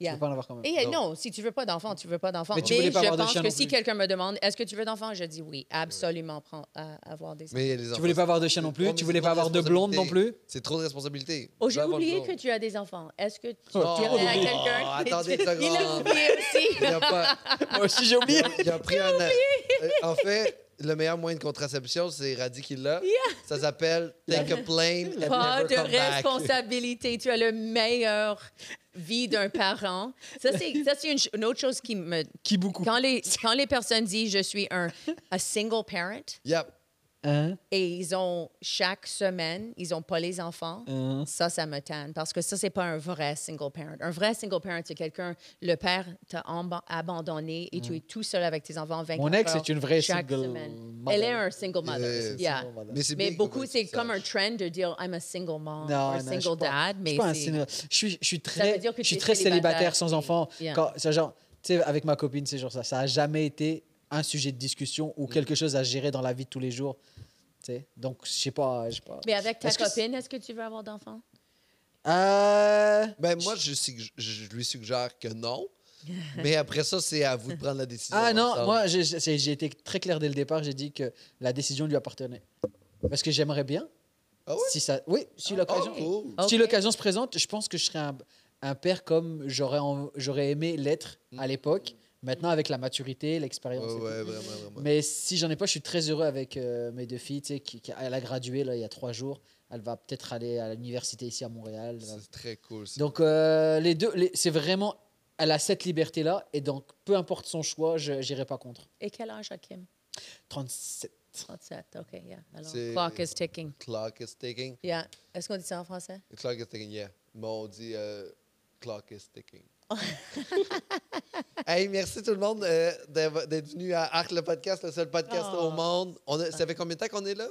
D: Je
B: Yeah.
D: veux pas en avoir quand même.
B: Et euh,
A: Non.
B: non, si tu veux pas d'enfant, tu veux pas d'enfant.
D: Mais
B: Mais,
D: tu voulais pas
B: je
D: avoir de
B: pense
D: chien
B: que
D: non
B: si
D: plus.
B: quelqu'un me demande est-ce que tu veux d'enfant, je dis oui, absolument prends- à- avoir des enfants.
A: Mais les
D: Tu
A: enfants,
D: voulais pas avoir de chien non plus,
A: Oh, mais
D: tu
A: c'est
D: voulais
A: trop
D: pas avoir de blonde non plus.
A: responsabilité. C'est trop de responsabilité.
B: Oh, j'ai
A: Je vais avoir
B: oublié
A: le
B: que
A: blonde.
B: tu as des enfants. Est-ce que tu tu
D: Oh,
B: en as
D: oh,
B: quelqu'un
A: oh,
B: qui-
A: attendez une
B: Il a
A: seconde.
B: oublié aussi.
A: Il a pas-
D: Moi aussi j'ai oublié.
A: il a pris un. Euh, En fait, le meilleur moyen de contraception, c'est Radhi qui l'a. Ça s'appelle Take a plane and
B: Pas
A: never
B: de
A: come back.
B: responsabilité. Tu as le meilleur vie d'un parent. Ça, c'est ça, c'est une, ch- une autre chose qui me...
D: Qui beaucoup.
B: Quand les, quand les personnes disent « je suis un a single parent
A: Yep.
D: Hein? »
B: et ils ont chaque semaine, ils n'ont pas les enfants,
D: Hein?
B: ça, ça me tanne parce que ça, c'est pas un vrai single parent. Un vrai single parent, c'est quelqu'un, le père t'a emba- abandonné et tu es tout seul avec tes enfants 24
D: Mm. Mon ex
B: heures
D: est une vraie
B: chaque
D: single
B: semaine.
D: mother.
B: Elle est un single mother.
A: Yeah.
B: yeah.
A: Mais, c'est
B: Mais
A: bien
B: beaucoup,
A: que tu
B: c'est
A: le
B: comme un
A: saches.
B: trend de dire I'm a single mom
D: Non,
B: or
D: non,
B: a
D: je suis
B: single
D: pas-
B: dad,
D: je
B: mais
D: suis pas un
B: c'est-
D: single- Je suis, je suis
B: Ça veut
D: très,
B: dire que
D: je suis
B: tu es
D: très célibataire
B: célibataire,
D: sans
B: oui.
D: enfant.
B: Yeah.
D: Quand, c'est genre, tu sais, avec ma copine, c'est genre ça. Ça a jamais été un sujet de discussion
B: Mm.
D: ou quelque chose à gérer dans la vie de tous les jours. Tu sais, donc je sais pas, je sais pas.
B: Mais avec ta
D: Est-ce que c'est-
B: copine, est-ce que tu veux avoir d'enfants?
D: Euh,
A: Ben, moi, je, sug- je- je lui suggère que non. Mais après ça, c'est à vous de prendre la décision.
D: Ah non,
A: ensemble.
D: moi j'ai- j'ai j'ai été très clair dès le départ. J'ai dit que la décision lui appartenait. Parce que j'aimerais bien.
A: Ah ouais?
D: Si ça, oui, si l'occasion.
A: Oh, cool.
D: Si
B: Ok.
D: l'occasion se présente, je pense que je serais un, un père comme j'aurais en- j'aurais aimé l'être à l'époque. Maintenant, avec la maturité,
A: Ouais,
D: l'expérience. et tout.
A: Mm. ouais, vraiment, vraiment.
D: Mais si j'en ai pas, je suis très heureux avec euh, mes deux filles. tu sais, qui, qui- elle a gradué là, il y a trois jours. Elle va peut-être aller à l'université ici à Montréal.
A: C'est très cool. ça.
D: Donc, euh, les deux, les- c'est vraiment. Elle a cette liberté-là. Et donc, peu importe son choix, je n'irai pas contre.
B: Et quel âge a Kim?
D: 37.
B: 37, OK, yeah. Alors,
A: C'est-
B: clock is ticking.
A: Clock is ticking.
B: Yeah. Est-ce qu'on dit ça en français?
A: Clock is ticking, yeah. Bon, on dit euh, clock is ticking. hey, merci tout le monde euh, d'av- d'être venu à Arc le podcast, le seul podcast
B: Oh.
A: au monde. On a- ça fait combien de temps qu'on est là?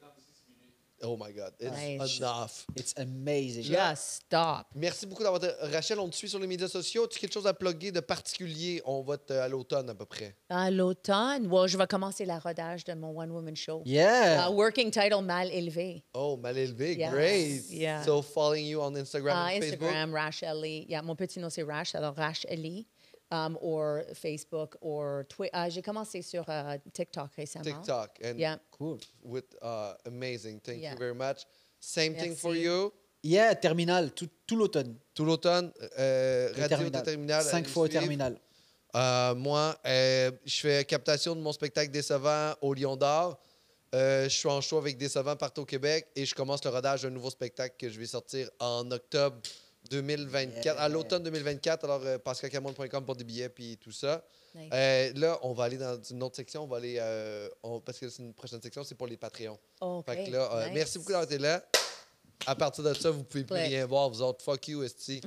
A: 56 minutes. Oh my God, it's
B: Nice.
A: enough.
D: It's amazing.
B: Yeah, stop.
A: Merci beaucoup d'avoir été. Rachel, on te suit sur les médias sociaux. Tu as quelque chose à plugger de particulier? On va te- à l'automne à peu près.
B: À l'automne, ouais, je vais commencer la rodage de mon one-woman show.
D: Yeah.
A: Ah
B: Uh, working title mal élevé.
A: Oh, mal élevé.
B: Yeah.
A: Great.
B: Yeah.
A: So, following you on Instagram
B: Uh,
A: and Facebook.
B: Instagram, Rash Ellie. Yeah, mon petit nom, c'est Rash, alors Rash Ellie. Um, or Facebook, or Twitter. J'ai commencé sur euh, TikTok récemment.
A: TikTok. And
B: Yeah.
D: Cool.
A: with uh, amazing. Thank
B: Yeah.
A: you very much. Same thing for
B: Merci.
A: you.
D: Yeah, terminal, tout, tout l'automne.
A: Tout l'automne, euh,
D: Le
A: radio de terminal. allez
D: Cinq fois au
A: suivre.
D: terminal.
A: Euh, moi, euh, je fais captation de mon spectacle Décevant au Lion d'Or. Euh, je suis en show avec Décevant partout au Québec et je commence le rodage d'un nouveau spectacle que je vais sortir en octobre 2024, à
D: Yeah.
A: l'automne 2024. Alors, euh, pascalcamonde.com pour des billets puis tout ça.
B: Nice.
A: Euh, là, on va aller dans une autre section. On va aller, euh, on- parce que c'est une prochaine section, c'est pour les Patreons.
B: OK,
A: Fait que là, euh,
B: nice.
A: merci beaucoup d'avoir été là. À partir de ça, vous pouvez plus
B: Ouais.
A: rien voir, vous autres. Fuck you, Esti.